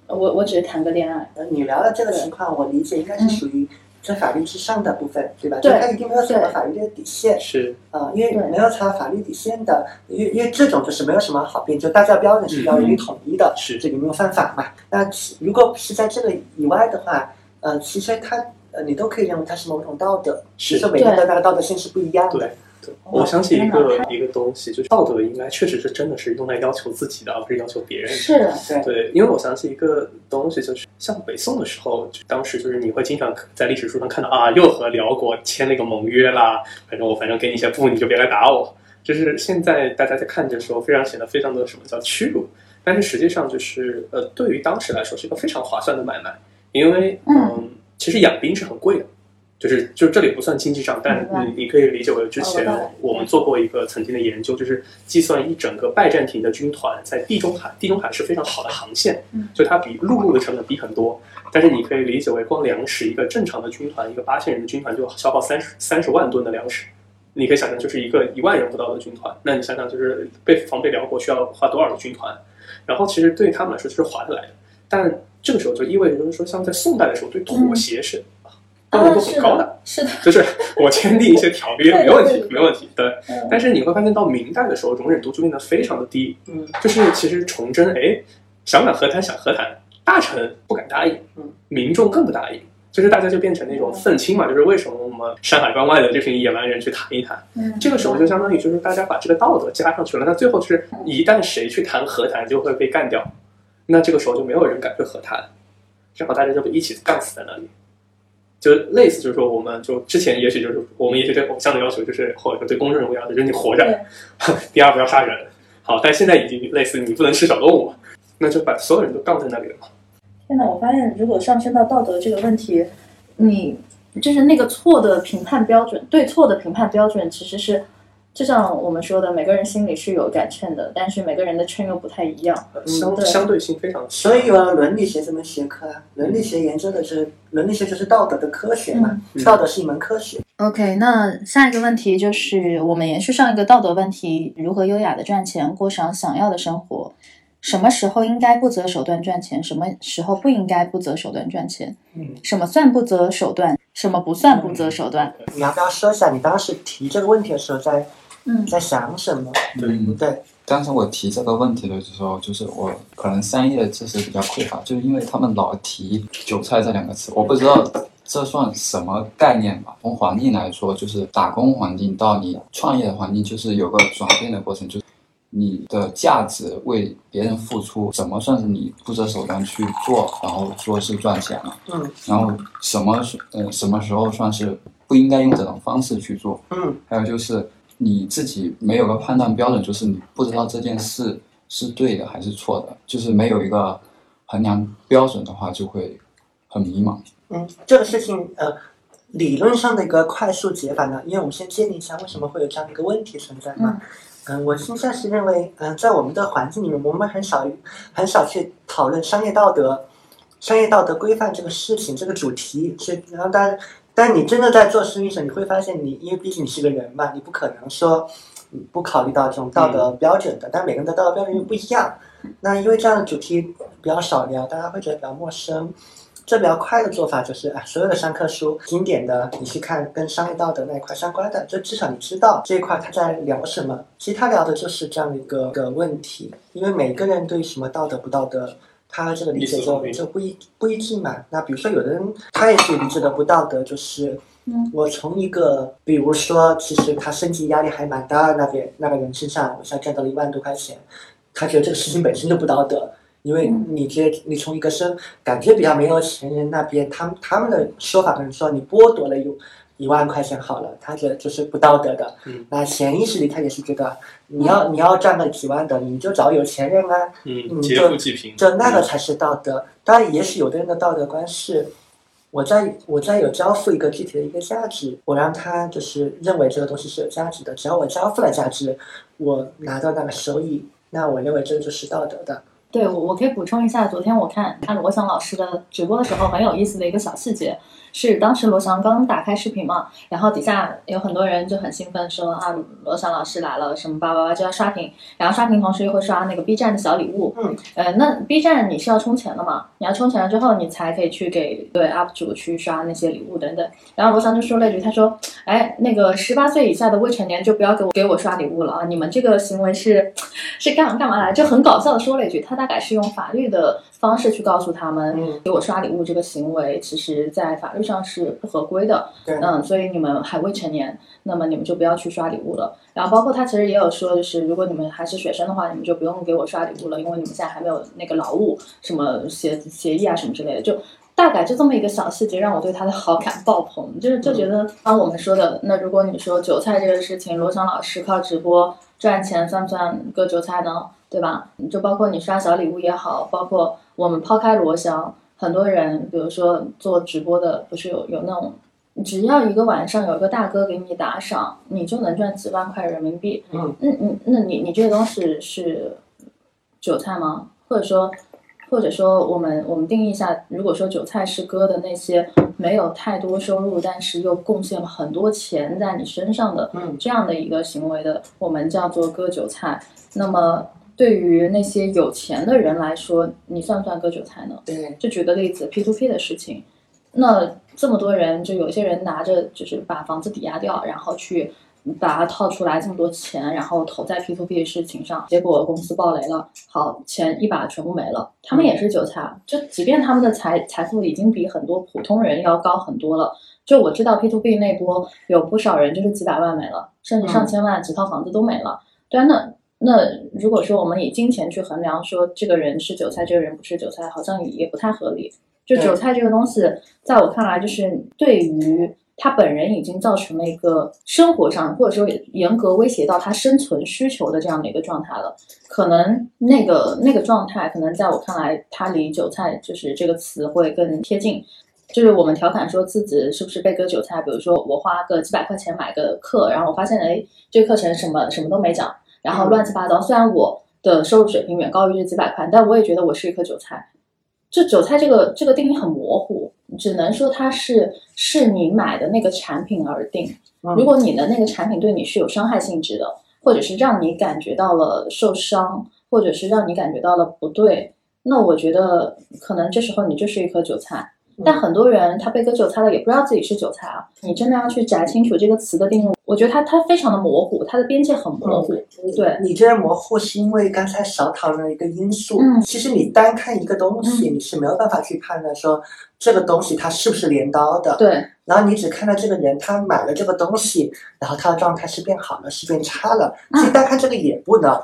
S1: 我我只是谈个恋爱，
S2: 呃你聊的这个情况，我理解应该是属于在法律之上的部分，对吧？
S1: 嗯
S2: 就
S1: 对
S2: 它一定没有什么
S1: 对
S2: 法律的底线。
S4: 是
S2: 啊、因为
S1: 对
S2: 没有查法律底线的，因为因为这种就是没有什么好辩，就大家标准是要予以统一的，
S4: 嗯是
S2: 这有没有犯法嘛？那其如果是在这个以外的话，呃，其实它呃你都可以认为它是某种道德，其
S4: 是
S2: 实每个人
S1: 对
S2: 的那个道德线是不一样的
S4: 对。对，我相信一个一个东西，就是道德应该确实是真的是用来要求自己的，而不是要求别人的。
S1: 是的，
S2: 对
S4: 对，因为我想起一个东西，就是像北宋的时候，就当时就是你会经常在历史书上看到啊，又和辽国签了一个盟约啦，反正我反正给你一些布，你就别来打我。就是现在大家在看这时候，非常显得非常的什么叫屈辱，但是实际上就是呃，对于当时来说是一个非常划算的买卖，因为
S1: 嗯
S4: 嗯，其实养兵是很贵的。就是就这里不算经济账，但
S1: 明白
S4: 你你可以理解为之前
S1: 哦我懂了
S4: 我们做过一个曾经的研究，就是计算一整个拜占庭的军团在地中海，地中海是非常好的航线，
S1: 嗯
S4: 所以它比陆路的成本低很多。但是你可以理解为，光粮食一个正常的军团，一个八千人的军团就消耗三十三十万吨的粮食，你可以想象就是一个一万人不到的军团。那你想想，就是被防备辽国需要花多少的军团？然后其实对他们来说就是划得来的，但这个时候就意味着就是说，像在宋代的时候，对妥协是要求
S1: 啊，
S4: 都
S1: 是
S4: 很高的。
S1: 的，是的，
S4: (laughs) 就是我签订一些条约，
S1: 对
S4: 没问题
S1: 对，对
S4: 没问题。对，
S1: 嗯
S4: 但是你会发现到明代的时候，容忍度就变得非常的低。
S2: 嗯，
S4: 就是其实崇祯，哎，想不想和谈？想和谈，大臣不敢答应
S2: 嗯，
S4: 民众更不答应，就是大家就变成
S1: 嗯
S4: 那种愤青嘛，就是为什么我们山海关外的这群野蛮人去谈一谈？
S1: 嗯
S4: 这个时候就相当于就是大家把这个道德加上去了，那最后是
S2: 嗯
S4: 一旦谁去谈和谈，就会被干掉。那这个时候就没有人敢去和谈，然后大家就被一起干死在那里。就类似就是说，我们就之前也许就是我们也许对偶像的要求就是，或者说对公众人物要求就是你活着，第二不要杀人。好，但现在已经类似你不能吃小动物，那就把所有人都杠在那里了嘛。
S1: 天呐，我发现如果上升到道德这个问题，你就是那个错的评判标准，对错的评判标准其实是就像我们说的，每个人心里是有杆秤的，但是每个人的秤又不太一样。
S4: 呃相、
S1: 对
S4: 相对性非常强。
S2: 嗯所以啊，伦理学这门学科啊，伦理学研究的是伦理学就是道德的科学嘛，
S4: 嗯
S2: 道德是一门科学。
S5: OK，那下一个问题就是我们延续上一个道德问题，如何优雅的赚钱，过上想要的生活？什么时候应该不择手段赚钱？什么时候不应该不择手段赚钱？
S4: 嗯
S5: 什么算不择手段？什么不算不择手段？
S2: 你要不要说一下你当时提这个问题的时候在
S5: 嗯
S2: 在想什么？
S4: 对
S3: 嗯
S2: 对，
S3: 当时我提这个问题的时候，就是我可能商业知识比较匮乏，就是因为他们老提“韭菜”这两个词，我不知道这算什么概念吧。从环境来说，就是打工环境到你创业的环境，就是有个转变的过程，就是你的价值为别人付出，怎么算是你不择手段去做，然后说是赚钱了，
S2: 嗯
S3: 然后什么是呃什么时候算是不应该用这种方式去做，
S2: 嗯
S3: 还有就是你自己没有个判断标准，就是你不知道这件事是对的还是错的，就是没有一个衡量标准的话，就会很迷茫。
S2: 嗯，这个事情呃，理论上的一个快速解法呢，因为我们先建立一下为什么会有这样一个问题存在嘛。嗯，我倾向是认为，嗯、在我们的环境里面，我们很少很少去讨论商业道德、商业道德规范这个事情这个主题。所以，然后大家，但你真的在做生意的时候，你会发现你，因为毕竟你是个人嘛，你不可能说你不考虑到这种道德标准的，但每个人的道德标准又不一样。那因为这样的主题比较少聊，大家会觉得比较陌生。这比较快的做法就是，啊，所有的商科书经典的，你去看跟商业道德那一块相关的，就至少你知道这一块他在聊什么。其实他聊的就是这样的一个一个问题，因为每个人对什么道德不道德，他这个理解
S4: 理解不
S2: 就
S4: 一
S2: 就不一不一致嘛。那比如说有的人他也是理解的不道德，就是
S5: 嗯
S2: 我从一个，比如说其实他升级压力还蛮大的那边那个人身上，我现在赚到了一万多块钱，他觉得这个事情本身就不道德，因为你直接你从一个生感觉比较没有钱人那边，他们他们的说法可能说你剥夺了有一万块钱好了，他觉得就是不道德的。
S4: 嗯
S2: 那潜意识里他也是觉得你要你要赚个几万的，你就找有钱人啊，
S4: 嗯，
S2: 嗯
S4: 劫
S2: 就
S4: 富济贫，
S2: 这那个才是道德。当然，也许有的人的道德观是，我在我在有交付一个具体的一个价值，我让他就是认为这个东西是有价值的，只要我交付了价值，我拿到那个收益，那我认为这个就是道德的。
S1: 对，我我可以补充一下，昨天我看看罗翔老师的直播的时候，很有意思的一个小细节是，当时罗翔刚打开视频嘛，然后底下有很多人就很兴奋说啊，罗翔老师来了，什么叭叭叭就要刷屏，然后刷屏同时又会刷那个 B 站的小礼物，
S2: 嗯，
S1: 呃，那 B 站你是要充钱的嘛，你要充钱了之后，你才可以去给对 UP 主去刷那些礼物等等。然后罗翔就说了一句，他说，哎，那个十八岁以下的未成年就不要给我给我刷礼物了啊，你们这个行为是是干嘛干嘛来？就很搞笑的说了一句，他大概是用法律的方式去告诉他们，
S2: 嗯
S1: 给我刷礼物这个行为，其实在法律上是不合规的。
S2: 对，
S1: 嗯，所以你们还未成年，那么你们就不要去刷礼物了。然后包括他其实也有说，就是如果你们还是学生的话，你们就不用给我刷礼物了，因为你们现在还没有那个劳务什么协协议啊什么之类的，就。大概就这么一个小细节，让我对他的好感爆棚，就是就觉得，刚、我们说的，那如果你说韭菜这个事情，罗翔老师靠直播赚钱算不算割韭菜呢？对吧？就包括你刷小礼物也好，包括我们抛开罗翔，很多人，比如说做直播的，不是有有那种只要一个晚上有一个大哥给你打赏，你就能赚几万块人民币。
S2: 嗯
S1: 嗯嗯，那你你这个东西是韭菜吗？或者说，或者说我们我们定义一下，如果说韭菜是割的那些没有太多收入，但是又贡献了很多钱在你身上的，
S2: 嗯
S1: 这样的一个行为的，我们叫做割韭菜。那么对于那些有钱的人来说，你算不算割韭菜呢？
S2: 对，
S1: 就举个例子，P to P 的事情，那这么多人，就有些人拿着就是把房子抵押掉，然后去把它套出来这么多钱，然后投在 P to P 的事情上，结果公司爆雷了，好，钱一把全部没了，他们也是韭菜，啊就即便他们的财财富已经比很多普通人要高很多了。就我知道 P to P 那波有不少人就是几百万没了，甚至上千万几套房子都没了。对啊，那那如果说我们以金钱去衡量，说这个人是韭菜，这个人不是韭菜，好像也不太合理。就
S2: 对
S1: 韭菜这个东西，在我看来，就是对于他本人已经造成了一个生活上，或者说严格威胁到他生存需求的这样的一个状态了。可能那个那个状态，可能在我看来，它离韭菜就是这个词会更贴近。就是我们调侃说自己是不是被割韭菜，比如说我花个几百块钱买个课，然后我发现哎，这个课程什么什么都没讲，然后乱七八糟。虽然我的收入水平远高于这几百块，但我也觉得我是一颗韭菜。就韭菜这个这个定义很模糊，只能说它是视你买的那个产品而定。如果你的那个产品对你是有伤害性质的，或者是让你感觉到了受伤，或者是让你感觉到了不对，那我觉得可能这时候你就是一颗韭菜。
S2: 嗯
S1: 但很多人他被割韭菜了，也不知道自己是韭菜啊。你真的要去摘清楚这个词的定义，我觉得它它非常的模糊，它的边界很模
S2: 嗯
S1: 糊。对，
S2: 你这模糊是因为刚才少讨论了一个因素。
S1: 嗯
S2: 其实你单看一个东西，你是没有办法去判断说这个东西它是不是镰刀的。
S1: 对，
S2: 然后你只看到这个人他买了这个东西，然后他的状态是变好了，是变差了。
S1: 嗯
S2: 其实单看这个也不能。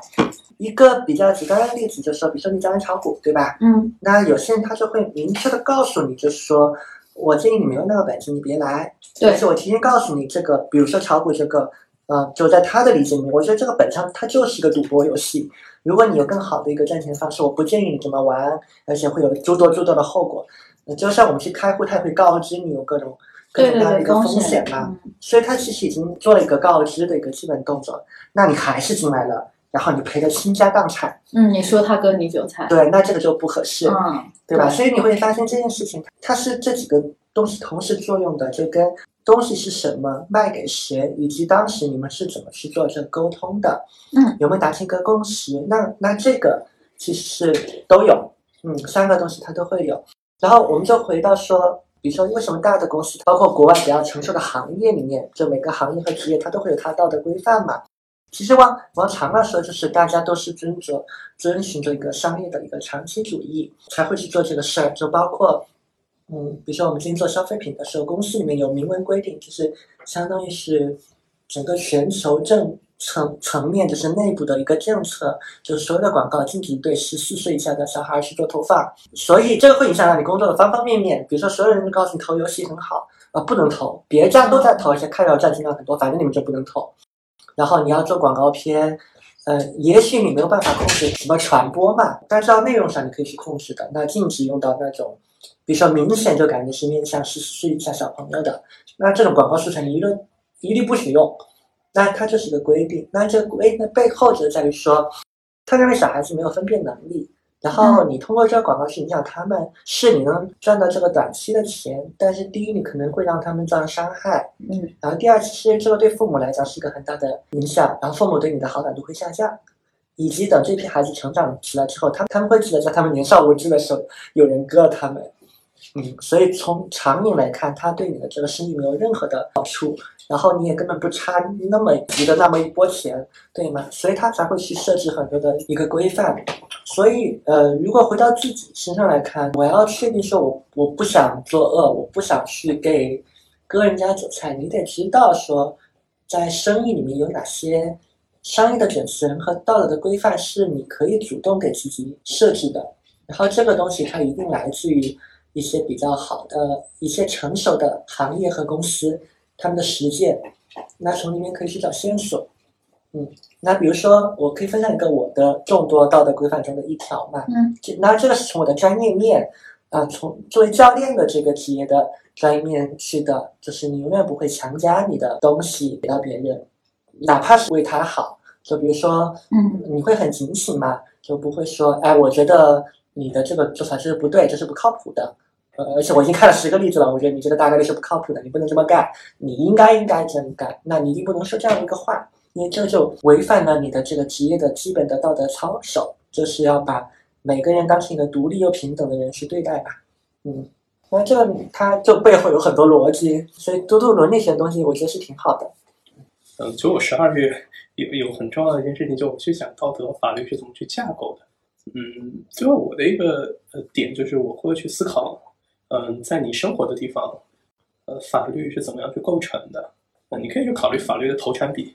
S2: 一个比较极端的例子就是说，比如说你讲炒股，对吧？
S1: 嗯
S2: 那有些人他就会明确的告诉你，就是说我建议你没有那个本事，你别来。
S1: 对
S2: 就是我提前告诉你这个，比如说炒股这个，呃，就在他的理解里面，我觉得这个本身它就是一个赌博游戏。如果你有更好的一个赚钱方式，我不建议你这么玩，而且会有诸多诸多的后果。呃就像我们去开户，他也会告知你有各种各
S1: 对
S2: 种各
S1: 对
S2: 样的一
S1: 对，
S2: 个
S1: 风
S2: 风险嘛。
S1: 嗯
S2: 所以他其实已经做了一个告知的一个基本动作。那你还是进来了，然后你赔得倾家荡产，
S1: 嗯，你说他割你韭菜，
S2: 对，那这个就不合适。
S1: 嗯，
S2: 对吧？
S1: 对
S2: 所以你会发现这件事情，它是这几个东西同时作用的，就跟东西是什么、卖给谁，以及当时你们是怎么去做这个沟通的，
S1: 嗯，
S2: 有没有达成一个共识？那那这个其实是都有，嗯，三个东西它都会有。然后我们就回到说，比如说为什么大的公司，包括国外比较成熟的行业里面，就每个行业和职业它都会有它道德规范嘛。其实往往长了说，就是大家都是遵着遵循着一个商业的一个长期主义，才会去做这个事儿。就包括，嗯，比如说我们今天做消费品的时候，公司里面有明文规定，就是相当于是整个全球政层层面，就是内部的一个政策，就是所有的广告禁止对十四岁以下的小孩去做投放。所以这个会影响到你工作的方方面面，比如说所有人都告诉你投游戏很好啊、不能投，别家都在投，而且看到占尽量很多，反正你们就不能投。然后你要做广告片，呃，也许你没有办法控制什么传播嘛，但是到内容上你可以去控制的。那禁止用到那种，比如说明显就感觉是面向十四岁以下小朋友的，那这种广告素材你一律一律不许用。那它就是一个规定。那这个规定的背后就在于说，他认为小孩子没有分辨能力。然后你通过这个广告去影响他们，是你能赚到这个短期的钱，但是第一，你可能会让他们造成伤害，
S1: 嗯，
S2: 然后第二，其实这个对父母来讲是一个很大的影响，然后父母对你的好感度会下降，以及等这批孩子成长起来之后，他他们会记得在他们年少无知的时候，有人割了他们。嗯，所以从长远来看，他对你的这个生意没有任何的好处，然后你也根本不差那么一个那么一波钱，对吗？所以他才会去设置很多的一个规范。所以，呃，如果回到自己身上来看，我要确定说我我不想作恶，我不想去给割人家韭菜，你得知道说，在生意里面有哪些商业的准绳和道德的规范是你可以主动给自己设置的。然后这个东西它一定来自于一些比较好的、一些成熟的行业和公司他们的实践，那从里面可以去找线索。嗯，那比如说，我可以分享一个我的众多道德规范中的一条嘛。
S1: 嗯
S2: 这，那这个是从我的专业面啊、从作为教练的这个职业的专业面去的，就是你永远不会强加你的东西给到别人，哪怕是为他好。就比如说，
S1: 嗯，
S2: 你会很警醒嘛，就不会说，哎，我觉得你的这个做法是不对，这是不靠谱的。呃，而且我已经看了十个例子了，我觉得你这个大概率是不靠谱的，你不能这么干，你应该应该这样干，那你一定不能说这样一个话，因为这就违反了你的这个职业的基本的道德操守，就是要把每个人当成一个独立又平等的人去对待吧。嗯，那这个它就背后有很多逻辑，所以多读伦理学的东西，我觉得是挺好的。
S4: 嗯，其实我十二月有有很重要的一件事情，就我去讲道德法律是怎么去架构的。嗯，最后我的一个呃点就是我会去思考，嗯、在你生活的地方，呃，法律是怎么样去构成的？呃，你可以去考虑法律的投产比，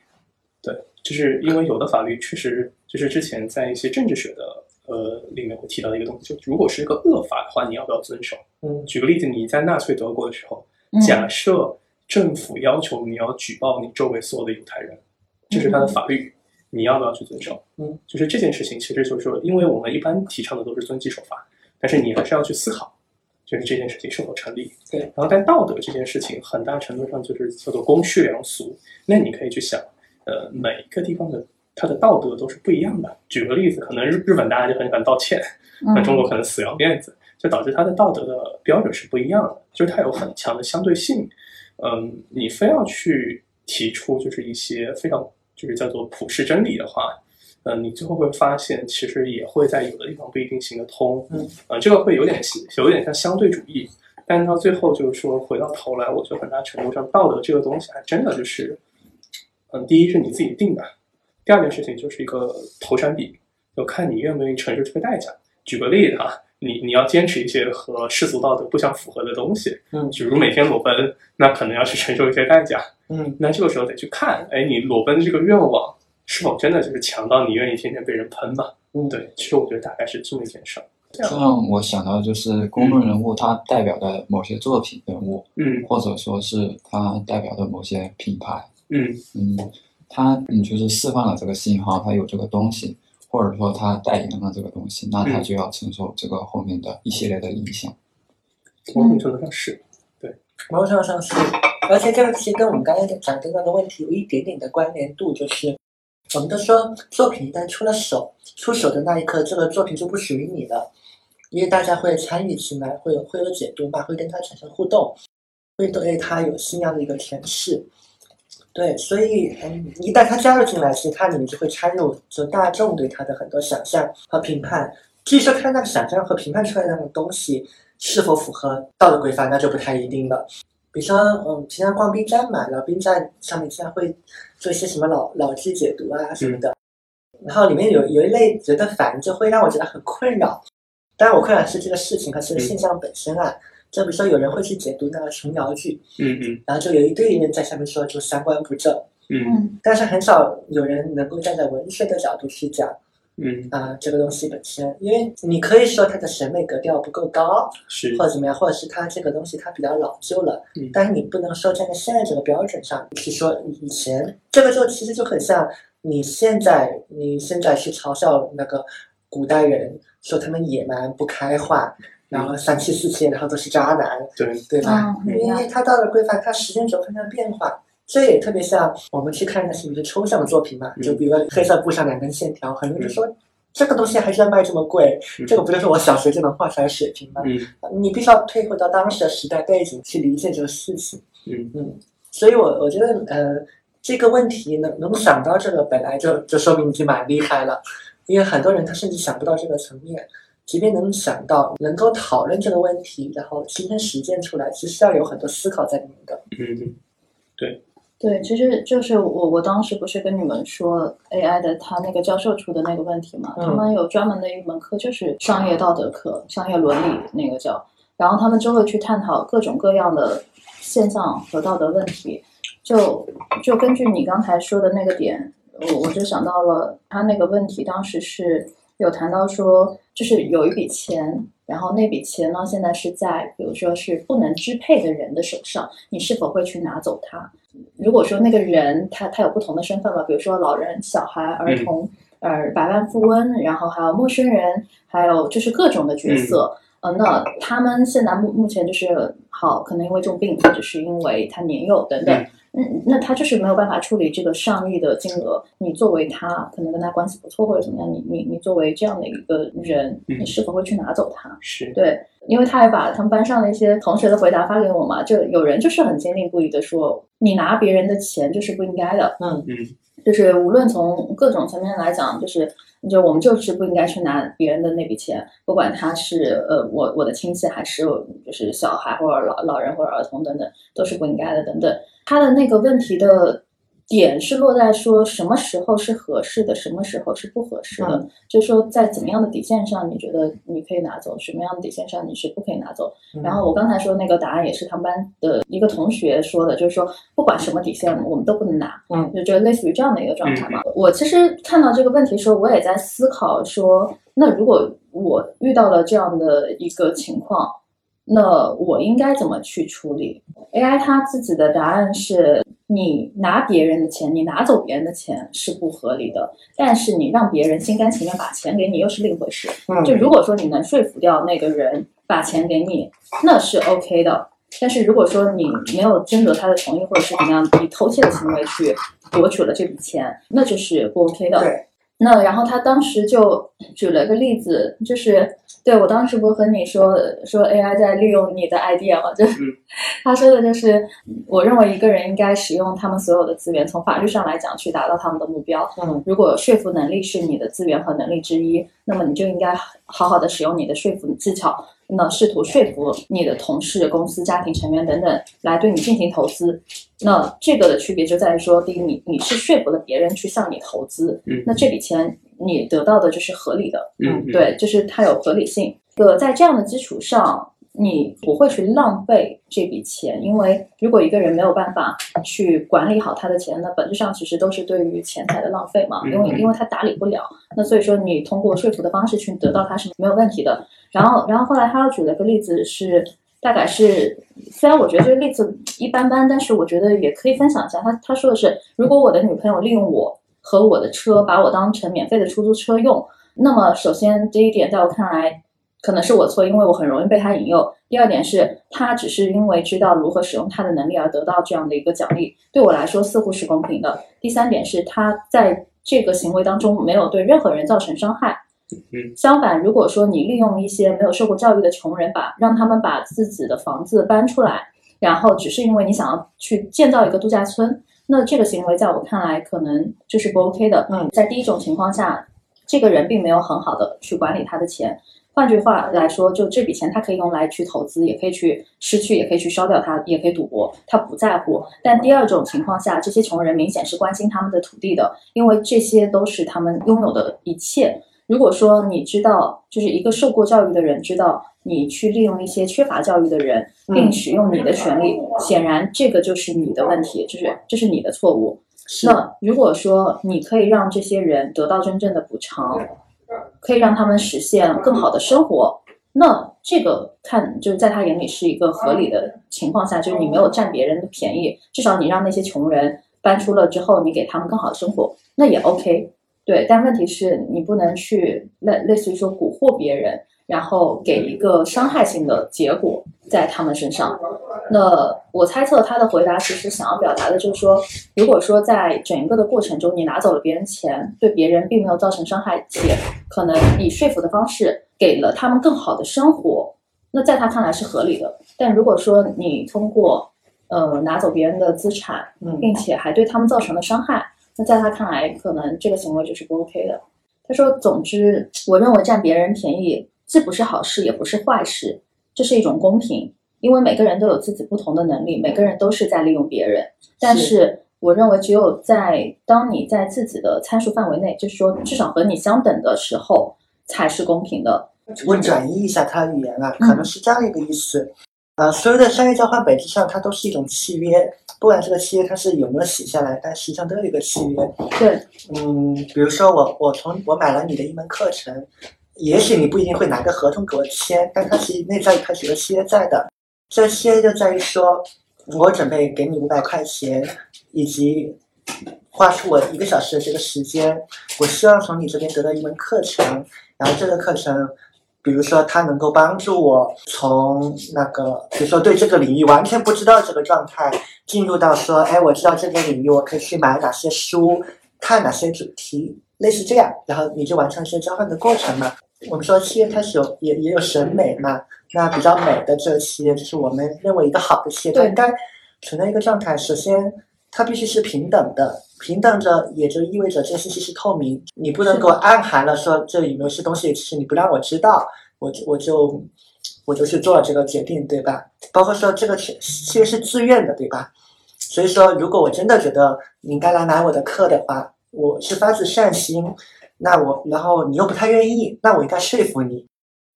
S4: 对，就是因为有的法律确实就是之前在一些政治学的呃里面会提到的一个东西，就如果是一个恶法的话，你要不要遵守？
S2: 嗯
S4: 举个例子，你在纳粹德国的时候，
S1: 嗯
S4: 假设政府要求你要举报你周围所有的犹太人，这是他的法律，你要不要去遵守？
S2: 嗯，
S4: 就是这件事情，其实就是说，因为我们一般提倡的都是遵纪守法，但是你还是要去思考，就是这件事情是否成立。
S2: 对
S4: 然后但道德这件事情，很大程度上就是叫做公序良俗。那你可以去想，呃，每一个地方的它的道德都是不一样的。举个例子，可能日日本大家就很喜欢道歉，
S1: 嗯
S4: 那中国可能死要面子，就导致它的道德的标准是不一样的，就是它有很强的相对性。嗯，你非要去提出就是一些非常就是叫做普世真理的话，呃，你最后会发现其实也会在有的地方不一定行得通。
S2: 嗯，
S4: 呃，这个会有点有点像相对主义，但是到最后就是说回到头来，我觉得很大程度上道德这个东西还真的就是，嗯，第一是你自己定的，第二件事情就是一个投产比，就看你愿不愿意承受这个代价。举个例子啊，你你要坚持一些和世俗道德不相符合的东西，
S2: 嗯
S4: 比如每天裸奔，那可能要去承受一些代价。
S2: 嗯
S4: 那这个时候得去看，哎，你裸奔这个愿望是否真的就是强到你愿意天天被人喷嘛？
S2: 嗯，
S4: 对，其实我觉得大概是这么一件事儿。这
S3: 这
S4: 样，
S3: 让我想到就是公众人物他代表的某些作品人物，
S4: 嗯
S3: 或者说是他代表的某些品牌，
S4: 嗯
S3: 嗯，他你就是释放了这个信号，他有这个东西，或者说他代言了这个东西，那他
S4: 嗯
S3: 就要承受这个后面的一系列的影响。
S4: 某种程度上是，
S2: 某种程度上是，而且这个其实跟我们刚才讲的那个问题有一点点的关联度，就是我们都说作品一旦出了手，出手的那一刻，这个作品就不属于你了，因为大家会参与进来，会有会有解读嘛，会跟它产生互动，会对它有新样的一个诠释。对，所以嗯，一旦它加入进来时，它里面就会掺入就大众对它的很多想象和评判。至于说看那个想象和评判出来的那种东西是否符合道德规范，那就不太一定了。比如说，嗯，平常逛 B 站嘛，然后 B 站上面经常会做一些什么老老剧解读啊什么的，然后里面有有一类觉得烦，就会让我觉得很困扰。当然，我困扰的是这个事情和这个现象本身啊。就比如说，有人会去解读那个琼瑶剧，
S4: 嗯嗯
S2: 然后就有一堆人在下面说，就三观不正。
S4: 嗯
S1: 嗯
S2: 但是很少有人能够站在文学的角度去讲
S4: 嗯，
S2: 啊、这个东西本身，因为你可以说它的审美格调不够高，
S4: 是，
S2: 或者怎么样，或者是它这个东西它比较老旧了，
S4: 嗯
S2: 但是你不能说站在现在这个标准上去说以前，这个就其实就很像你现在你现在去嘲笑那个古代人，说他们野蛮不开化，然后三妻四妾，然后都是渣男，
S4: 对，
S2: 对吧？
S1: 嗯
S2: 因为它道德规范，它时间轴发生变化，这也特别像我们去看那些比如抽象作品嘛，
S4: 嗯
S2: 就比如说黑色布上两根线条，很多人就说。这个东西还是要卖这么贵，这个不就是我小学就能画出来的水平吗？
S4: 嗯
S2: 你必须要退回到当时的时代背景去理解这个事情。
S4: 嗯
S2: 嗯，所以我我觉得呃，这个问题能能想到这个，本来就就说明已经蛮厉害了，因为很多人他甚至想不到这个层面。即便能想到，能够讨论这个问题，然后亲身实践出来，其实要有很多思考在里面的。
S4: 嗯
S1: 对，其实就是我我当时不是跟你们说 AI 的他那个教授出的那个问题嘛，
S2: 嗯
S1: 他们有专门的一门课，就是商业道德课、商业伦理那个叫，然后他们就会去探讨各种各样的现象和道德问题。就就根据你刚才说的那个点，我我就想到了他那个问题，当时是有谈到说，就是有一笔钱，然后那笔钱呢，现在是在比如说是不能支配的人的手上，你是否会去拿走它？如果说那个人他他有不同的身份吧，比如说老人、小孩、儿童，呃，百万富翁，然后还有陌生人，还有就是各种的角色。呃，那他们现在目目前就是好，可能因为重病，或者是因为他年幼等等，嗯，那他就是没有办法处理这个上亿的金额。你作为他，可能跟他关系不错或者怎么样，你你你作为这样的一个人，
S4: 嗯
S1: 你是否会去拿走他？
S4: 是，
S1: 对，因为他还把他们班上的一些同学的回答发给我嘛，就有人就是很坚定不移的说，你拿别人的钱就是不应该的，
S2: 嗯
S4: 嗯
S1: 就是无论从各种层面来讲，就是就我们就是不应该去拿别人的那笔钱，不管他是呃我我的亲戚还是就是小孩或者老老人或者儿童等等，都是不应该的等等。他的那个问题的点是落在说什么时候是合适的，什么时候是不合适的。
S2: 嗯
S1: 就是说在怎么样的底线上，你觉得你可以拿走，什么样的底线上你是不可以拿走。
S2: 嗯
S1: 然后我刚才说那个答案也是他们班的一个同学说的，就是说不管什么底线，我们都不能拿，
S2: 嗯，
S1: 就就类似于这样的一个状态嘛。我其实看到这个问题的时候，我也在思考说，那如果我遇到了这样的一个情况，那我应该怎么去处理？AI 它自己的答案是。你拿别人的钱，你拿走别人的钱是不合理的，但是你让别人心甘情愿把钱给你，又是另一回事。
S2: 嗯
S1: 就如果说你能说服掉那个人，把钱给你，那是 OK 的。但是如果说你没有征得他的同意或者是怎么样，以偷窃的行为去夺取了这笔钱，那就是不 OK 的。
S2: 对，
S1: 那然后他当时就举了个例子，就是对我当时不是和你说说 AI 在利用你的 idea 嘛，就是、
S4: 嗯
S1: 他说的就是，我认为一个人应该使用他们所有的资源，从法律上来讲去达到他们的目标。
S2: 嗯，
S1: 如果说服能力是你的资源和能力之一，那么你就应该好好的使用你的说服技巧，那试图说服你的同事、公司、家庭成员等等来对你进行投资。那这个的区别就在于说，第一，你你是说服了别人去向你投资，
S4: 嗯
S1: 那这笔钱你得到的就是合理的，
S4: 嗯，嗯，
S1: 对，就是它有合理性。呃，在这样的基础上，你不会去浪费这笔钱，因为如果一个人没有办法去管理好他的钱，那本质上其实都是对于钱财的浪费
S4: 嗯
S1: 嘛，因为因为他打理不了，那所以说你通过说服的方式去得到他是没有问题的。然后，然后后来他又举了个例子是。大概是，虽然我觉得这个例子一般般，但是我觉得也可以分享一下。他他说的是，如果我的女朋友利用我和我的车，把我当成免费的出租车用，那么，首先第一点，在我看来，可能是我错，因为我很容易被他引诱。第二点是，他只是因为知道如何使用他的能力而得到这样的一个奖励，对我来说似乎是公平的。第三点是，他在这个行为当中没有对任何人造成伤害。
S4: 嗯，
S1: 相反，如果说你利用一些没有受过教育的穷人把，让他们把自己的房子搬出来，然后只是因为你想要去建造一个度假村，那这个行为在我看来可能就是不 OK 的。
S2: 嗯，
S1: 在第一种情况下，这个人并没有很好的去管理他的钱。换句话来说，就这笔钱他可以用来去投资，也可以去失去，也可以去烧掉它，也可以赌博，他不在乎。但第二种情况下，这些穷人明显是关心他们的土地的，因为这些都是他们拥有的一切。如果说你知道，就是一个受过教育的人知道你去利用一些缺乏教育的人，
S2: 嗯
S1: 并使用你的权利，显然这个就是你的问题，就是这是你的错误。
S2: 是嗯
S1: 那如果说你可以让这些人得到真正的补偿，可以让他们实现更好的生活，那这个看就是在他眼里是一个合理的情况下，就是你没有占别人的便宜，至少你让那些穷人搬出了之后，你给他们更好的生活，那也 OK。对，但问题是你不能去类类似于说蛊惑别人，然后给一个伤害性的结果在他们身上。那我猜测他的回答其实想要表达的就是说，如果说在整个的过程中你拿走了别人钱，对别人并没有造成伤害，且可能以说服的方式给了他们更好的生活，那在他看来是合理的。但如果说你通过呃拿走别人的资产，
S2: 嗯
S1: 并且还对他们造成了伤害，那在他看来，可能这个行为就是不 OK 的。他说：“总之，我认为占别人便宜既不是好事，也不是坏事，这是一种公平，因为每个人都有自己不同的能力，每个人都是在利用别人。但
S2: 是
S1: 是，我认为只有在当你在自己的参数范围内，就是说至少和你相等的时候，才是公平的。
S2: 我转移一下他的语言啊，
S1: 嗯
S2: 可能是这样一个意思。啊，所有的商业交换本质上它都是一种契约，不管这个契约它是有没有写下来，但实际上都有一个契约。
S1: 对，
S2: 嗯，比如说我我从我买了你的一门课程，也许你不一定会拿个合同给我签，但它其实内在它是有个契约在的。这个契约就在于说，我准备给你五百块钱，以及花出我一个小时的这个时间，我希望从你这边得到一门课程，然后这个课程。比如说，它能够帮助我从那个，比如说对这个领域完全不知道这个状态，进入到说，哎，我知道这个领域，我可以去买哪些书，看哪些主题，类似这样，然后你就完成一些交换的过程嘛。我们说企业它是有也也有审美嘛，那比较美的这个企业就是我们认为一个好的企业，它
S1: 对
S2: 应该存在一个状态，首先它必须是平等的。平等着也就意味着这个信息是透明，你不能给我暗含了说这里面是东西，其实你不让我知道，我就我就我就去做了这个决定，对吧？包括说这个其其实是自愿的，对吧？所以说，如果我真的觉得你应该来买我的课的话，我是发自善心，那我然后你又不太愿意，那我应该说服你，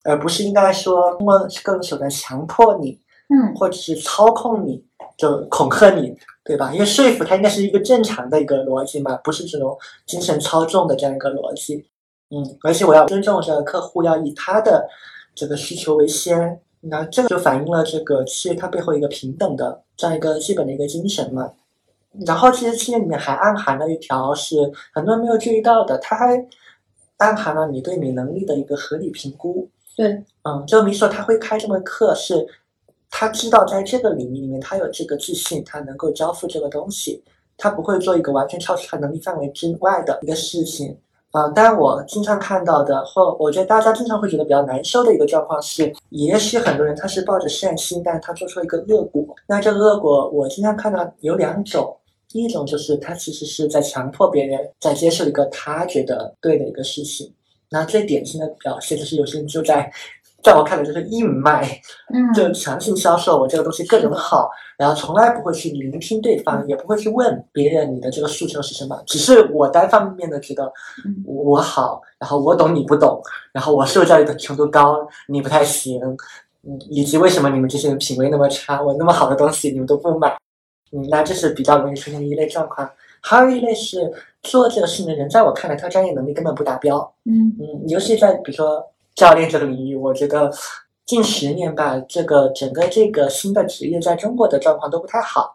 S2: 而不是应该说通过各种手段强迫你，
S1: 嗯，
S2: 或者是操控你，就恐吓你，对吧？因为说服它应该是一个正常的一个逻辑嘛，不是这种精神操纵的这样一个逻辑。嗯，而且我要尊重这个客户，要以他的这个需求为先。那这个就反映了这个企业它背后一个平等的这样一个基本的一个精神嘛。然后其实企业里面还暗含了一条是很多人没有注意到的，它还暗含了你对你能力的一个合理评估。
S1: 对，
S2: 嗯，就米索他会开这门课是，他知道在这个领域里面他有这个自信，他能够交付这个东西，他不会做一个完全超出他能力范围之外的一个事情。啊、当然我经常看到的，或我觉得大家经常会觉得比较难受的一个状况是，也许很多人他是抱着善心，但他做出了一个恶果。那这个恶果，我经常看到有两种，第一种就是他其实是在强迫别人在接受一个他觉得对的一个事情。那最典型的表现就是有些人就在，在我看来就是硬卖，
S1: 嗯
S2: 就强行销售我这个东西各种好，然后从来不会去聆听对
S1: 嗯
S2: 方，也不会去问别人你的这个诉求是什么，只是我单方面的觉得
S1: 嗯
S2: 我好，然后我懂你不懂，然后我受教育的程度高，你不太行，嗯以及为什么你们这些人品味那么差，我那么好的东西你们都不买，嗯，那这是比较容易出现的一类状况。还有一类是做这个事情的人，在我看来，他专业能力根本不达标，
S1: 嗯
S2: 嗯，尤其在比如说教练这个领域，我觉得近十年吧，这个整个这个新的职业在中国的状况都不太好，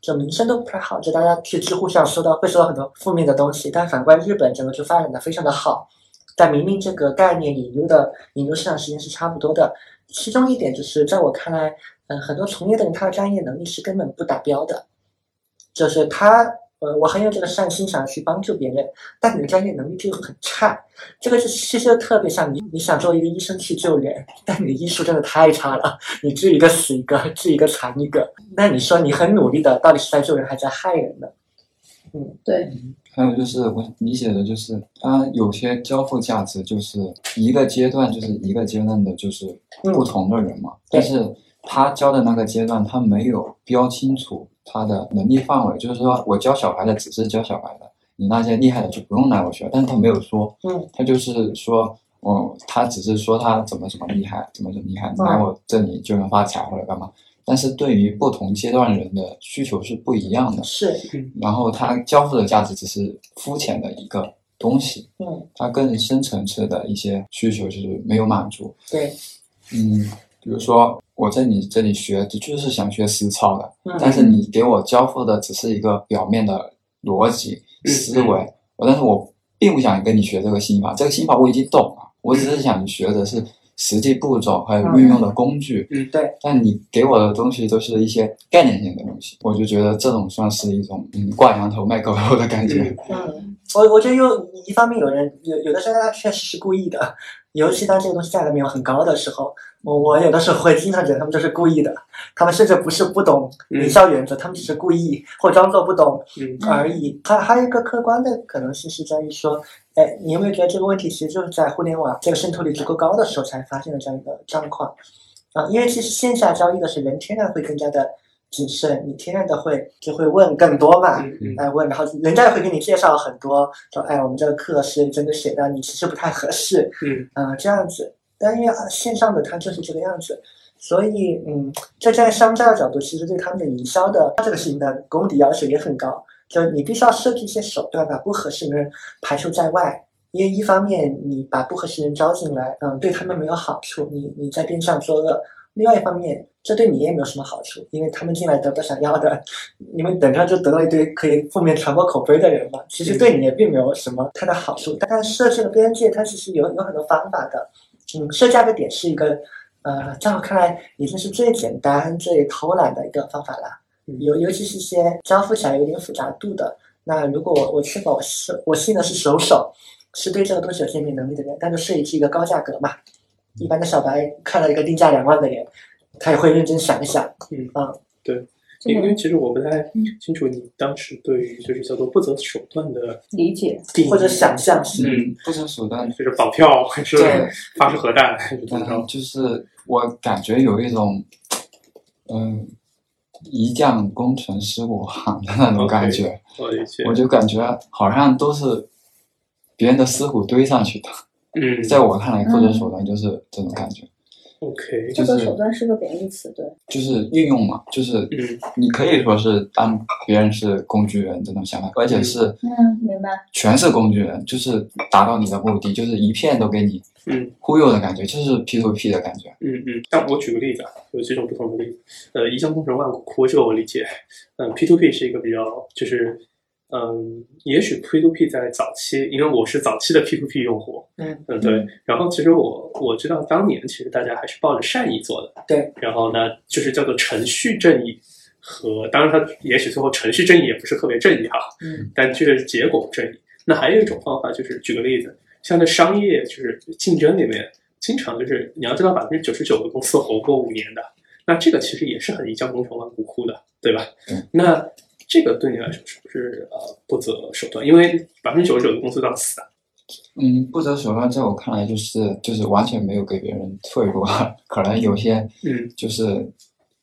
S2: 就名声都不太好，就大家去知乎上搜到会搜到很多负面的东西。但反观日本，整个就发展的非常的好，但明明这个概念引入的引入市场时间是差不多的，其中一点就是在我看来，嗯，很多从业的人他的专业能力是根本不达标的，就是他。呃，我很有这个善心，想去帮助别人，但你的专业能力就很差，这个是其实就特别像你，你想做一个医生去救人，但你的医术真的太差了，你治一个死一个，治一个残一个。那你说你很努力的，到底是在救人还是在害人呢？
S1: 对，
S3: 还有就是我理解的，就是它有些交付价值，就是一个阶段就是一个阶段的，就是不同的人嘛。
S2: 对
S3: 但是他教的那个阶段，他没有标清楚他的能力范围，就是说我教小孩的只是教小孩的，你那些厉害的就不用来我学。但是他没有说，
S2: 嗯，
S3: 他就是说，哦，他只是说他怎么怎么厉害，怎么怎么厉害，来
S2: 嗯
S3: 我这里就能发财或者干嘛。但是对于不同阶段人的需求是不一样的，
S2: 是，
S3: 然后它交付的价值只是肤浅的一个东西，
S2: 嗯，
S3: 它更深层次的一些需求就是没有满足。
S2: 对，
S3: 嗯，比如说我在你这里学的确是想学实操的，但
S2: 嗯，
S3: 是你给我交付的只是一个表面的逻辑
S4: 嗯
S3: 思维，我但是我并不想跟你学这个心法，这个心法我已经懂了，我只是想学的是实际步骤还有运用的工具。
S4: 嗯
S2: 对。
S3: 但你给我的东西都是一些概念性的东西，我就觉得这种算是一种嗯挂羊头卖狗肉的感觉。
S2: 嗯，我我觉得又一方面有人有有的时候他确实是故意的，尤其当这个东西价格没有很高的时候，我我有的时候会经常觉得他们就是故意的，他们甚至不是不懂
S4: 嗯
S2: 营销原则，他们只是故意或装作不懂，
S4: 嗯
S2: 而已。还还有一个客观的可能性是在于说，哎，你有没有觉得这个问题其实就是在互联网这个渗透率足够高的时候才发现的这样一个状况啊？因为其实线下交易的是人天然会更加的谨慎，你天然的会就会问更多嘛。
S4: 嗯嗯
S2: 来问，然后人家也会给你介绍很多，说哎，我们这个课是针对谁的，你其实不太合适，
S4: 嗯
S2: 啊、这样子。但因为啊线上的它就是这个样子，所以嗯，这站在商家的角度，其实对他们的营销的这个事情的功底要求也很高，就是你必须要设计一些手段把不合适的人排除在外。因为一方面你把不合适的人招进来，嗯，对他们没有好处，你你在边上作恶；另外一方面，这对你也没有什么好处，因为他们进来得不到想要的，你们等着就得到一堆可以负面传播口碑的人嘛，其实对你也并没有什么太大好处。但设置的边界，它其实有有很多方法的。嗯，设价格点是一个，呃，在我看来已经是最简单、最偷懒的一个方法了。尤尤其是一些交付起来有点复杂度的，那如果我我确保我是我信的是首手，是对这个东西有鉴别能力的人，但是设计是一个高价格嘛，一般的小白看到一个定价两万的人，他也会认真想一想，
S4: 嗯
S2: 啊，
S1: 这
S4: 因为
S1: 个
S4: 其实我不太
S1: 嗯
S4: 清楚你当时对于就是叫做不择手段的
S1: 理解，
S4: 定义
S2: 或者想象是
S4: 嗯，嗯
S3: 不择手段，
S4: 就是绑票还是
S2: 对
S4: 发射核弹还是怎么
S3: 但
S4: 着？
S3: 就是我感觉有一种嗯一将功成十五行的那种感觉，
S4: 我理解。
S3: 我就感觉好像都是别人的尸骨堆上去的。
S4: 嗯，
S3: 在我看来，不择手段就是这种感觉，
S4: OK，
S1: 这
S3: 就
S1: 个
S3: 是
S1: 手段是个贬义词，对，
S3: 就是运用嘛，就是
S4: 嗯
S3: 你可以说是当别人是工具人这种想法，而且是
S1: 嗯，明白，
S3: 全是工具人，就是达到你的目的，就是一片都给你
S4: 嗯。
S3: 忽悠的感觉，就是 P to P 的感觉。
S4: 嗯嗯，像我举个例子啊，有几种不同的例子。呃，一将功成万骨枯，这个我理解。嗯、p to P 是一个比较就是嗯，也许 P to P 在早期，因为我是早期的 P to P 用户，
S2: 嗯
S4: 嗯对。然后其实我我知道当年其实大家还是抱着善意做的，
S2: 对。
S4: 然后呢，就是叫做程序正义和，当然它也许最后程序正义也不是特别正义哈，
S2: 嗯
S4: 但确实结果不正义。那还有一种方法就是，举个例子，像在商业就是竞争里面，经常就是你要知道百分之九十九的公司活不过五年的，那这个其实也是很一将功成万骨枯的，对吧？
S3: 嗯
S4: 那这个对你来说是不是呃不择手段？因为百分之九十九的公司都要死啊。
S3: 嗯，不择手段，在我看来就是就是完全没有给别人退路啊， (laughs) 可能有些
S4: 嗯
S3: 就是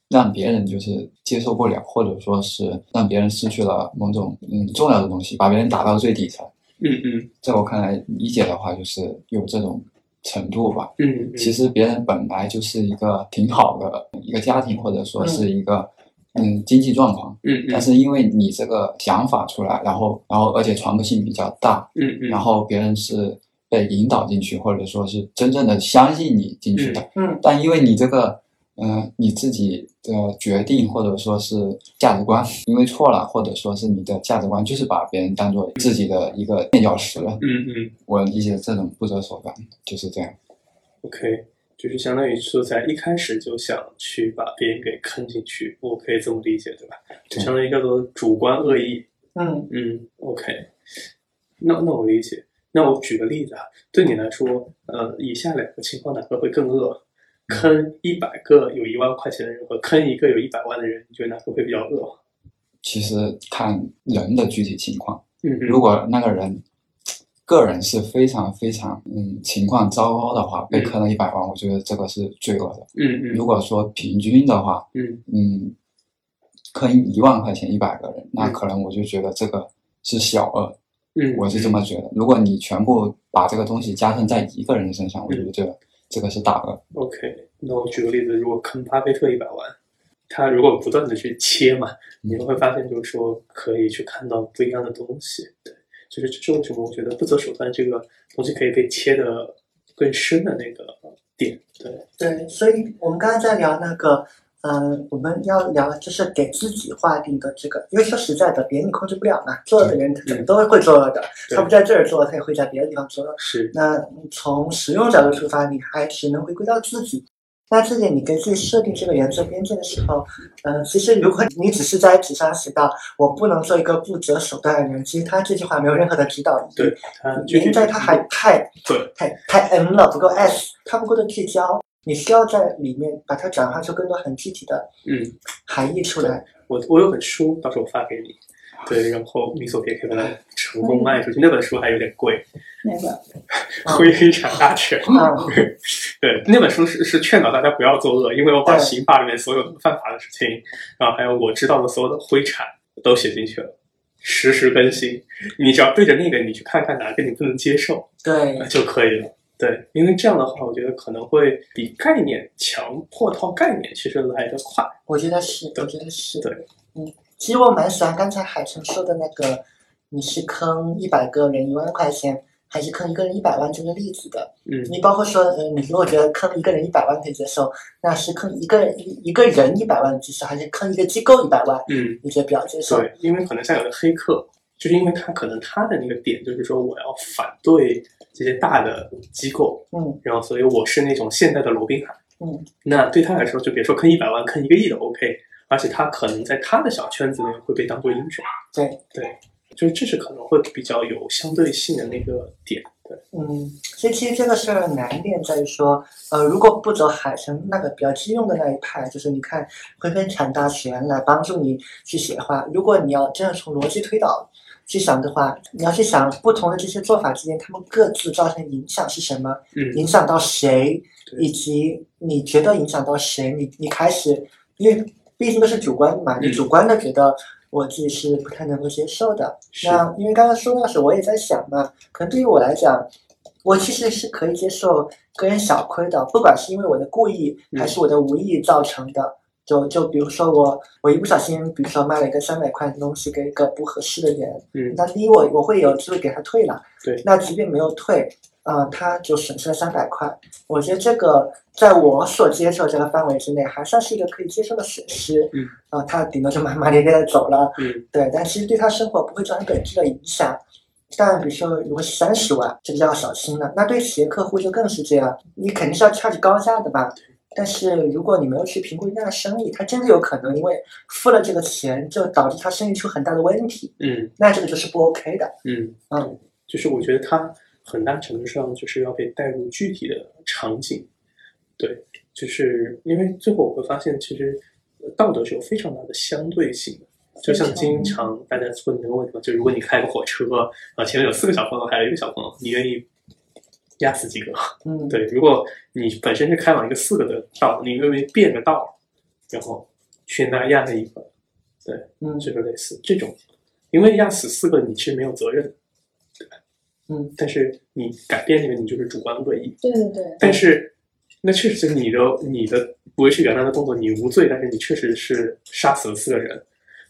S3: 让别人就是接受不了，或者说是让别人失去了某种嗯重要的东西，把别人打到最底层。
S4: 嗯嗯
S3: 在我看来，理解的话就是有这种程度吧。
S4: 嗯，
S3: 其实别人本来就是一个挺好的一个家庭，或者说是一个嗯经济状况，
S4: 嗯
S3: 但
S4: 嗯
S3: 是因为你这个想法出来，然后然后而且传播性比较大，
S4: 嗯嗯，
S3: 然后别人是被引导进去，或者说是真正的相信你进去的。
S2: 嗯
S3: 但因为你这个，嗯、你自己的决定或者说是价值观，因为错了，或者说是你的价值观就是把别人当做自己的一个垫脚石了。
S4: 嗯嗯
S3: 我理解这种不择手段就是这样。
S4: ，OK。就是相当于说，在一开始就想去把别人给坑进去，我可以这么理解，对吧？就
S3: 对
S4: 相当于叫做主观恶意，
S2: 嗯
S4: 嗯，OK，那那我理解。那我举个例子啊，对你来说，呃，以下两个情况哪个会更恶？
S3: 嗯
S4: 坑一百个有一万块钱的人和坑一个有一百万的人，你觉得哪个会比较恶？
S3: 其实看人的具体情况，
S4: 嗯
S3: 如果那个人。个人是非常非常嗯情况糟糕的话，被坑了一百万，我觉得这个是罪恶的。
S4: 嗯嗯
S3: 如果说平均的话，
S4: 嗯
S3: 嗯，坑一万块钱一百个人，那可能我就觉得这个是小恶，
S4: 嗯，
S3: 我是这么觉得。如果你全部把这个东西加深在一个人身上，我
S4: 嗯
S3: 就觉得这个是大恶。
S4: OK。那我举个例子，如果坑巴菲特一百万，他如果不断的去切嘛，你会发现就是说可以去看到不一样的东西。对，就是这是为什么我觉得不择手段这个东西可以被切的更深的那个点。对，
S2: 对，所以我们刚刚在聊那个，呃，我们要聊就是给自己划定的这个，因为说实在的，别人你控制不了嘛，作恶的人他怎么都会作恶的，
S4: 嗯对
S2: 他不在这儿作恶，他也会在别的地方作恶。
S4: 是，
S2: 那从实用角度出发，你还是能回归到自己。那这点你给自己设定这个原则边界的时候，呃，其实如果你只是在纸上写到“我不能做一个不择手段的人”，其实他这句话没有任何的指导意义。
S4: 对他具
S2: 原
S4: 体
S2: 因在他还太
S4: 对
S2: 太太 N 了，不够 S，他不够的聚焦，你需要在里面把它转化出更多很具体的
S4: 嗯，
S2: 含义出来。
S4: 我我有本书，到时候发给你。对，然后米索别可以把它成功卖出去。那本书还有点贵，
S1: 那个
S2: 嗯
S4: 非常拉扯。
S2: 嗯
S4: (laughs) 对，那本书是是劝导大家不要作恶，因为我把
S2: 对
S4: 刑法里面所有的犯法的事情，然后还有我知道的所有的灰产都写进去了，实时更新。你只要对着那个，你去看看哪个你不能接受，
S2: 对
S4: 就可以了。对，因为这样的话，我觉得可能会比概念强迫套概念其实来得快。
S2: 我觉得是，我觉得是。
S4: 对，
S2: 嗯，其实我蛮喜欢刚才海城说的那个，你是坑一百个人一万块钱，还是坑一个人一百万这个例子的。
S4: 嗯
S2: 你包括说，呃，你如果觉得坑一个人一百万可以接受，那是坑一个人一一个人一百万接受，还是坑一个机构一百万，
S4: 嗯，
S2: 你觉得比较接受？
S4: 对，因为可能像有的黑客，就是因为他可能他的那个点就是说我要反对这些大的机构，
S2: 嗯
S4: 然后所以我是那种现代的罗宾汉。
S2: 嗯，
S4: 那对他来说，就别说坑一百万、坑一个亿都 OK，而且他可能在他的小圈子里面会被当做英雄。
S2: 对
S4: 对，就是这是可能会比较有相对性的那个点。对，
S2: 嗯，所以其实这个事儿难点在于说，呃，如果不走海城那个比较激用的那一派，就是你看会分产大权来帮助你去写话。如果你要真的从逻辑推导去想的话，你要去想不同的这些做法之间，他们各自造成的影响是什么，
S4: 嗯
S2: 影响到谁，
S4: 对
S2: 以及你觉得影响到谁，你你开始，因为毕竟都是主观嘛，你
S4: 嗯
S2: 主观的觉得我自己是不太能够接受的。
S4: 是，
S2: 那因为刚刚说那时候我也在想嘛，可能对于我来讲，我其实是可以接受个人小亏的，不管是因为我的故意
S4: 嗯
S2: 还是我的无意造成的。就就比如说我我一不小心，比如说卖了一个三百块的东西给一个不合适的人，
S4: 嗯
S2: 那第一我我会有机会给他退了，
S4: 对
S2: 那即便没有退，呃，他就损失了三百块。我觉得这个在我所接受这个范围之内，还算是一个可以接受的损失。
S4: 嗯，
S2: 啊、他顶多就骂骂咧咧的走了。
S4: 嗯，
S2: 对，但其实对他生活不会造成本质的影响。但比如说，如果是三十万，这个就要小心了。那对企业客户就更是这样，你肯定是要 charge 高价的吧？但是如果你没有去评估人家的生意，他真的有可能因为付了这个钱，就导致他生意出很大的问题，
S4: 嗯
S2: 那这个就是不 OK 的。
S4: 嗯，
S2: 嗯，
S4: 就是我觉得它很大程度上就是要被带入具体的场景，对，就是因为最后我会发现，其实呃道德是有非常大的相对性的。就像经常大家问那个问题嘛，就如果你开个火车，啊，前面有四个小朋友，还有一个小朋友，你愿意压死几个？ (laughs)
S2: 嗯，
S4: 对，如果你本身是开往一个四个的道，你因为变个道，然后去那压了一个，
S2: 嗯，
S4: 就是类似这种，因为压死四个你其实没有责任，
S2: 嗯，
S4: 但是你改变这个你就是主观恶意，
S1: 对对对，
S4: 但是那确实你的你的维持原来的动作你无罪，但是你确实是杀死了四个人，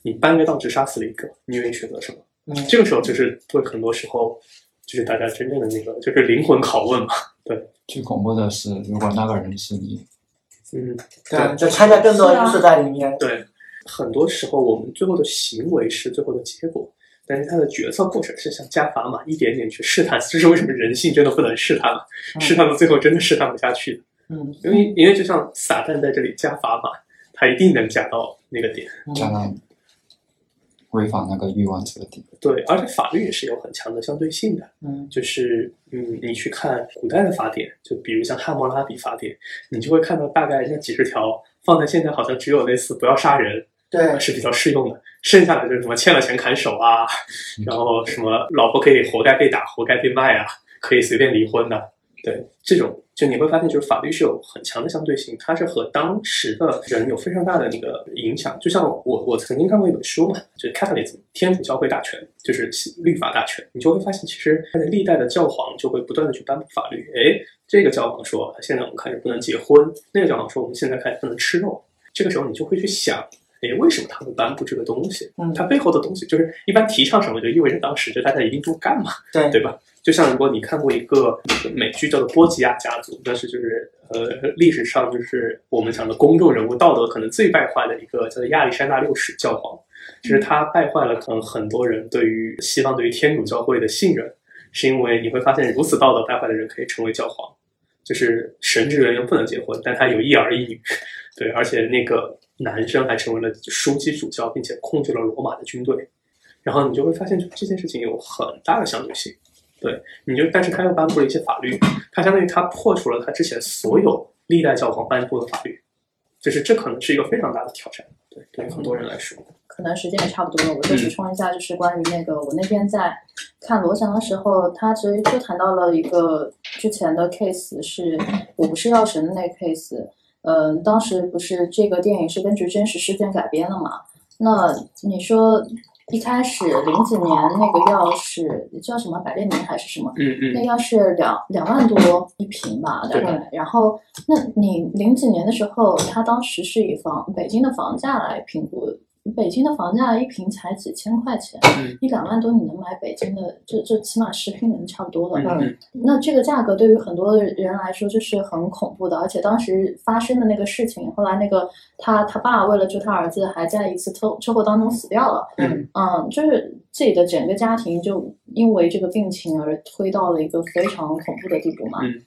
S4: 你搬个道只杀死了一个，你愿意选择什么？
S2: 嗯，
S4: 这个时候就是会很多时候就是大家真正的那个就是灵魂拷问嘛，
S3: 最恐怖的是，如果那个人是你，
S4: 嗯，
S2: 对，啊就掺杂更多因素在里面。
S4: 对，很多时候我们最后的行为是最后的结果，但是他的决策过程是像加砝码一点点去试探，这是为什么人性真的不能试探了，试探到最后真的试探不下去，
S2: 嗯
S4: 因为因为就像撒旦在这里加砝码，他一定能加到那个点。
S3: 加
S2: 嗯
S3: 上违反那个欲望之底，
S4: 对，而且法律也是有很强的相对性的，
S2: 嗯
S4: 就是嗯，你去看古代的法典，就比如像汉谟拉比法典，你就会看到大概那几十条，放在现在好像只有类似不要杀人，
S2: 对，
S4: 是比较适用的。剩下的就是什么欠了钱砍手啊，然后什么老婆可以活该被打、活该被卖啊，可以随便离婚的、对，这种就你会发现，就是法律是有很强的相对性，它是和当时的人有非常大的那个影响。就像我我曾经看过一本书嘛，就是《Catholism 天主教会大全》，就是律法大全，你就会发现，其实它的历代的教皇就会不断的去颁布法律。诶，这个教皇说现在我们开始不能结婚，那个教皇说我们现在开始不能吃肉。这个时候你就会去想，诶，哎为什么他会颁布这个东西？
S2: 嗯
S4: 它背后的东西就是一般提倡什么，就意味着当时就大家一定这么干嘛，
S2: 对
S4: 对吧？就像如果你看过一个美剧叫做《波吉亚家族》，但是就是呃历史上就是我们讲的公众人物道德可能最败坏的一个叫做亚历山大六世教皇，就是他败坏了可能很多人对于西方对于天主教会的信任，是因为你会发现如此道德败坏的人可以成为教皇，就是神职人员不能结婚，但他有一儿一女，对，而且那个男生还成为了枢机主教，并且控制了罗马的军队。然后你就会发现，就这件事情有很大的相对性。对，你就但是他又颁布了一些法律，他相当于他破除了他之前所有历代教皇颁布的法律，就是这可能是一个非常大的挑战。对，对于很多人来说，
S1: 可能时间也差不多了，我就补充一下，就是关于那个、我那天在看罗翔的时候，他其实就谈到了一个之前的 case 是我不是药神的那个 case，呃，当时不是这个电影是根据真实事件改编的嘛？那你说一开始零几年那个药是叫什么百列宁还是什么？
S4: 嗯
S1: 那要是两两万多一平吧，大概。然后，那你零几年的时候，他当时是以房北京的房价来评估，北京的房价一平才几千块钱，
S4: 嗯
S1: 一两万多你能买北京的，就就起码十平能差不多了。
S4: 嗯嗯
S1: 那这个价格对于很多人来说就是很恐怖的，而且当时发生的那个事情，后来那个他他爸为了救他儿子，还在一次车车祸当中死掉了。
S4: 嗯
S1: 嗯，就是自己的整个家庭就因为这个病情而推到了一个非常恐怖的地步嘛。
S4: 嗯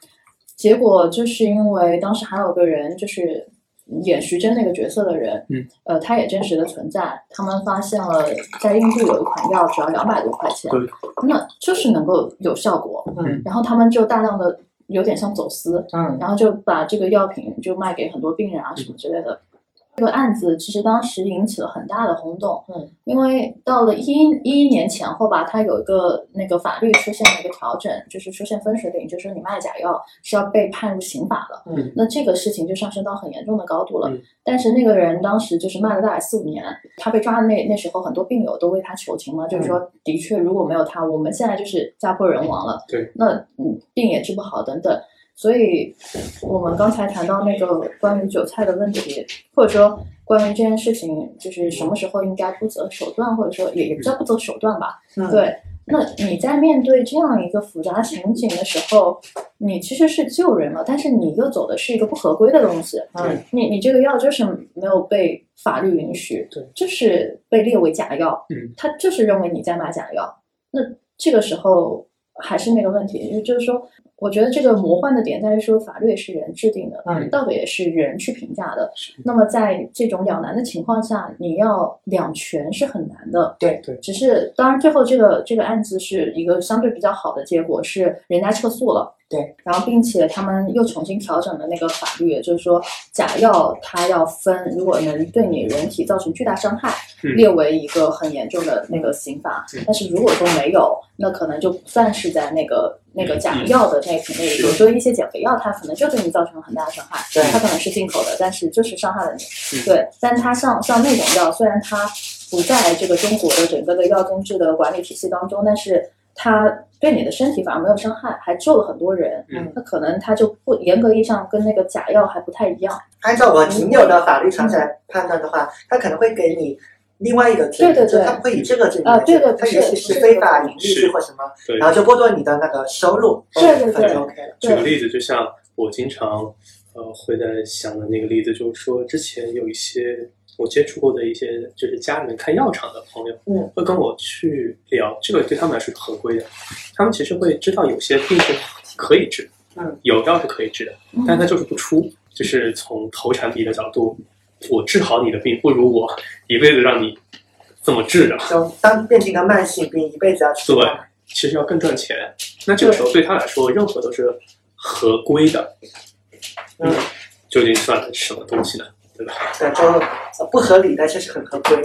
S1: 结果就是因为当时还有个人，就是演徐峥那个角色的人，
S4: 嗯，
S1: 呃，他也真实的存在。他们发现了在印度有一款药只要两百多块钱，
S4: 对
S1: 那就是能够有效果。
S2: 嗯
S1: 然后他们就大量的有点像走私，
S2: 嗯
S1: 然后就把这个药品就卖给很多病人啊什么之类的。这个案子其实当时引起了很大的轰动，
S2: 嗯，
S1: 因为到了一一一年前后吧，它有一个那个法律出现了一个调整，就是出现分水岭，就是你卖假药是要被判入刑法的。
S2: 嗯
S1: 那这个事情就上升到很严重的高度了。
S4: 嗯
S1: 但是那个人当时就是卖了大概四五年，他被抓的那那时候，很多病友都为他求情嘛，就是说，的确如果没有他，我们现在就是家破人亡了。
S4: 对，
S1: 那嗯病也治不好等等。所以，我们刚才谈到那个关于韭菜的问题，或者说关于这件事情，就是什么时候应该不择手段，或者说也也不叫不择手段吧，
S2: 嗯，
S1: 对，那你在面对这样一个复杂情景的时候，你其实是救人了，但是你又走的是一个不合规的东西，
S4: 嗯
S2: 对，
S1: 你你这个药就是没有被法律允许，
S4: 对，
S1: 就是被列为假药，
S4: 嗯，
S1: 他就是认为你在买假药。那这个时候还是那个问题，就就是说，我觉得这个魔幻的点在于说，法律也是人制定的，
S2: 嗯
S1: 道德也是人去评价的。那么在这种两难的情况下，你要两全是很难的。
S2: 对
S4: 对
S1: 只是当然最后这个这个案子是一个相对比较好的结果，是人家撤诉了。
S2: 对，
S1: 然后并且他们又重新调整了那个法律，也就是说假药它要分，如果能对你人体造成巨大伤害，
S4: 嗯
S1: 列为一个很严重的那个刑罚。
S4: 嗯
S1: 但是如果说没有，那可能就不算是在那个那
S2: 嗯
S1: 个假药的那那一个，
S4: 是
S1: 就是一些减肥药，它可能就对你造成了很大的伤害。
S2: 对
S1: 它可能是进口的，但是就是伤害了你。
S4: 嗯
S1: 对，但它像像那种药，虽然它不在这个中国的整个的药监制的管理体系当中，但是它对你的身体反而没有伤害，还救了很多人。
S2: 嗯
S1: 那可能它就不严格意义上跟那个假药还不太一样。
S2: 按照我仅有的法律常识来判断的话，他可能会给你另外一个罪名，
S1: 对对对
S2: 就是他不会以这个罪名
S1: 啊
S2: 来
S1: 对对
S2: 罪
S1: 不
S2: 他
S1: 是
S2: 也许
S1: 不是
S2: 是非
S1: 这个
S2: 法
S1: 罪
S2: 盈
S1: 名
S2: 利或什么，
S4: 对
S2: 然后就剥夺你的那个收入，哦
S1: 对对对
S2: 那就 OK 了。
S4: 举个
S1: 对，
S4: 例子，就像我经常呃会在想的那个例子，就是说之前有一些我接触过的一些就是家里面开药厂的朋友，
S2: 嗯，
S4: 会跟我去聊，这个对他们来说是合规的，他们其实会知道有些病是可以治，
S2: 嗯，
S4: 有药是可以治的，但
S1: 嗯
S4: 它就是不出，就是从投产比的角度，我治好你的病，不如我一辈子让你这么治着。
S2: 就当变成一个慢性病，一辈子要吃
S4: 对
S2: 饭。
S4: 其实要更赚钱。那这个时候对他来说，任何都是合规的。
S2: 嗯，
S4: 究竟算什么东西呢？
S2: 对，呃就不合理的，这是很合规。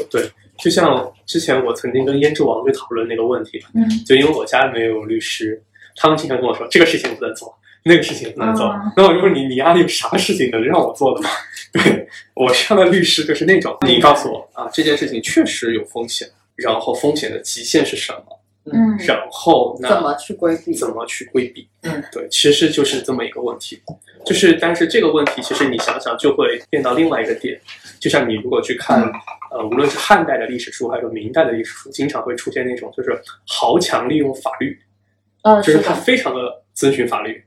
S4: 就像之前我曾经跟胭脂王去讨论那个问题，
S1: 嗯，
S4: 就因为我家里面有律师，他们经常跟我说这个事情不能做，那个事情不能做。
S1: 啊
S4: 那我就问你，你家里有啥事情能让我做的吗？ (laughs) 对我上的律师就是那
S1: 嗯
S4: 种，你告诉我啊，这件事情确实有风险，然后风险的极限是什么，
S1: 嗯，
S4: 然后那
S1: 怎么去规避？
S4: 怎么去规避。
S2: 嗯，
S4: 对，其实就是这么一个问题。就是，但是这个问题其实你想想就会变到另外一个点，就像你如果去看，呃，无论是汉代的历史书还是明代的历史书，经常会出现那种就是豪强利用法律，
S1: 呃，
S4: 就是是他
S1: 的，
S4: 非常的遵循法律，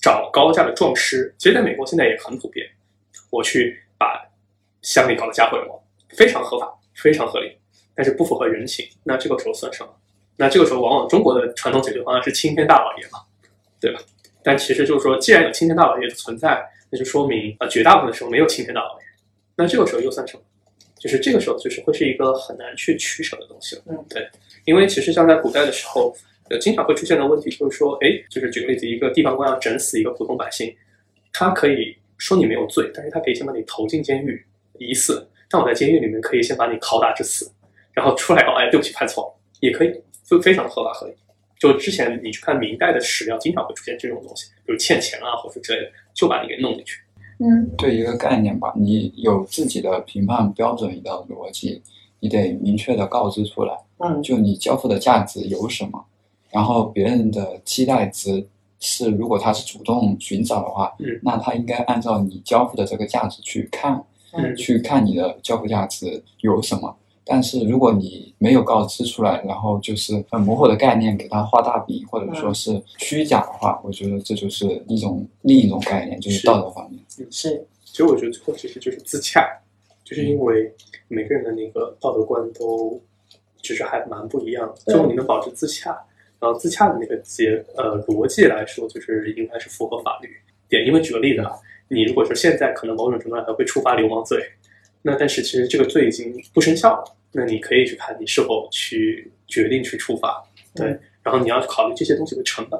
S4: 找高价的壮士。其实，在美国现在也很普遍，我去把乡里搞得家破人亡，非常合法，非常合理，但是不符合人情。那这个时候算什么？那这个时候，往往中国的传统解决方案是青天大老爷嘛，对吧？但其实就是说，既然有青天大老爷的存在，那就说明啊、呃绝大部分的时候没有青天大老爷。那这个时候又算什么？就是这个时候，就是会是一个很难去取舍的东西了。
S2: 嗯，
S4: 对，因为其实像在古代的时候，呃，经常会出现的问题就是说，哎，就是举个例子，一个地方官要整死一个普通百姓，他可以说你没有罪，但是他可以先把你投进监狱疑似，但我在监狱里面可以先把你拷打致死，然后出来告，哎，对不起，判错了，也可以，非非常合法合理。就之前你去看明代的史料，经常会出现这种东西，比如欠钱啊或者之类的，就把你给弄进去。
S1: 嗯
S3: 对一个概念吧，你有自己的评判标准，一道逻辑，你得明确的告知出来，
S2: 嗯，
S3: 就你交付的价值有什么，然后别人的期待值是，如果他是主动寻找的话，
S4: 嗯
S3: 那他应该按照你交付的这个价值去看，
S2: 嗯
S3: 去看你的交付价值有什么。但是如果你没有告知出来，然后就是很模糊的概念给它画大饼，或者说是虚假的话，我觉得这就是一种另一种概念，就是
S4: 是
S3: 道德方面。
S2: 是，
S4: 其实我觉得最后其实就是自洽，就是因为每个人的那个道德观都其实还蛮不一样的，
S1: 对
S4: 最后你能保持自洽，然后自洽的那个结呃逻辑来说，就是应该是符合法律点。因为举个例子啊，你如果说现在可能某种程度上还会触发流氓罪，那但是其实这个罪已经不生效了，那你可以去看你是否去决定去处罚，对，
S2: 嗯
S4: 然后你要考虑这些东西的成本。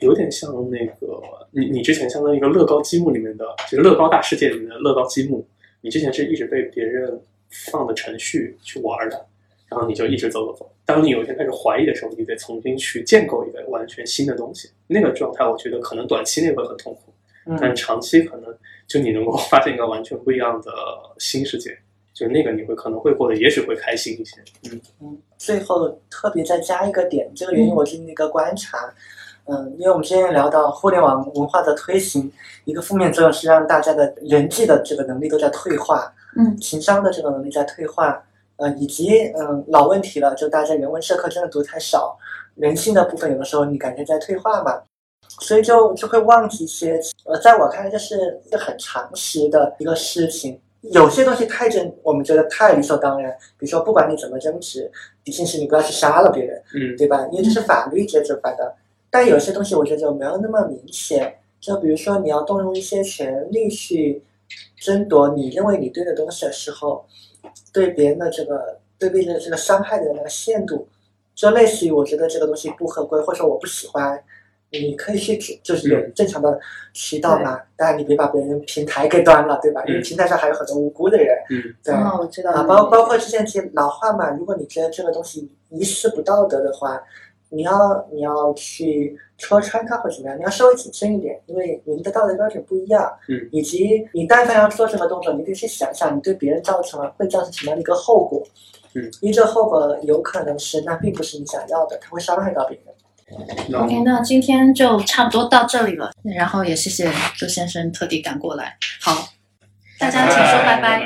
S4: 有点像那个你你之前相当于一个乐高积木里面的，就是乐高大世界里面的乐高积木，你之前是一直被别人放的程序去玩儿的，然后你就一直走走走。当你有一天开始怀疑的时候，你得重新去建构一个完全新的东西。那个状态，我觉得可能短期内会很痛苦，但
S2: 嗯，
S4: 长期可能就你能够 (laughs) 发现一个完全不一样的新世界，就那个你会可能会过得也许会开心一些。嗯，
S2: 最后特别再加一个点，这个原因我经历一个观察。嗯，因为我们之前聊到互联网文化的推行，一个负面作用是让大家的人际的这个能力都在退化，
S1: 嗯
S2: 情商的这个能力在退化，呃，以及嗯老问题了，就大家人文社科真的读太少，人性的部分有的时候你感觉在退化嘛，所以就就会忘记一些。呃，在我看来，这是一个很常识的一个事情。有些东西太真，我们觉得太理所当然。比如说，不管你怎么争执，底线是你不要去杀了别人，
S4: 嗯，
S2: 对吧？因为这是法律界执法的。但有些东西我觉得就没有那么明显，就比如说你要动用一些权利去争夺你认为你对的东西的时候，对别人的这个对别人的这个伤害的那个限度，就类似于我觉得这个东西不合规，或者说我不喜欢，你可以去指就是
S4: 嗯
S2: 有正常的渠道嘛，当然你别把别人平台给端了，对吧？因为
S4: 嗯
S2: 平台上还有很多无辜的人，
S4: 嗯，
S2: 对。
S1: 啊，我知道
S2: 啊，
S1: 了。
S2: 包包括之前提老话嘛，如果你觉得这个东西一丝不道德的话，你要你要去戳穿它或怎么样，你要稍微谨慎一点，因为人的道德标准不一样。
S4: 嗯，
S2: 以及你但凡要做这个动作，你得去想想你对别人造成了会造成什么样的一个后果。
S4: 嗯，
S2: 因为这个后果有可能是那并不是你想要的，它会伤害到别人。
S4: 那
S5: OK，那今天就差不多到这里了，然后也谢谢周先生特地赶过来。好，大家请说拜拜。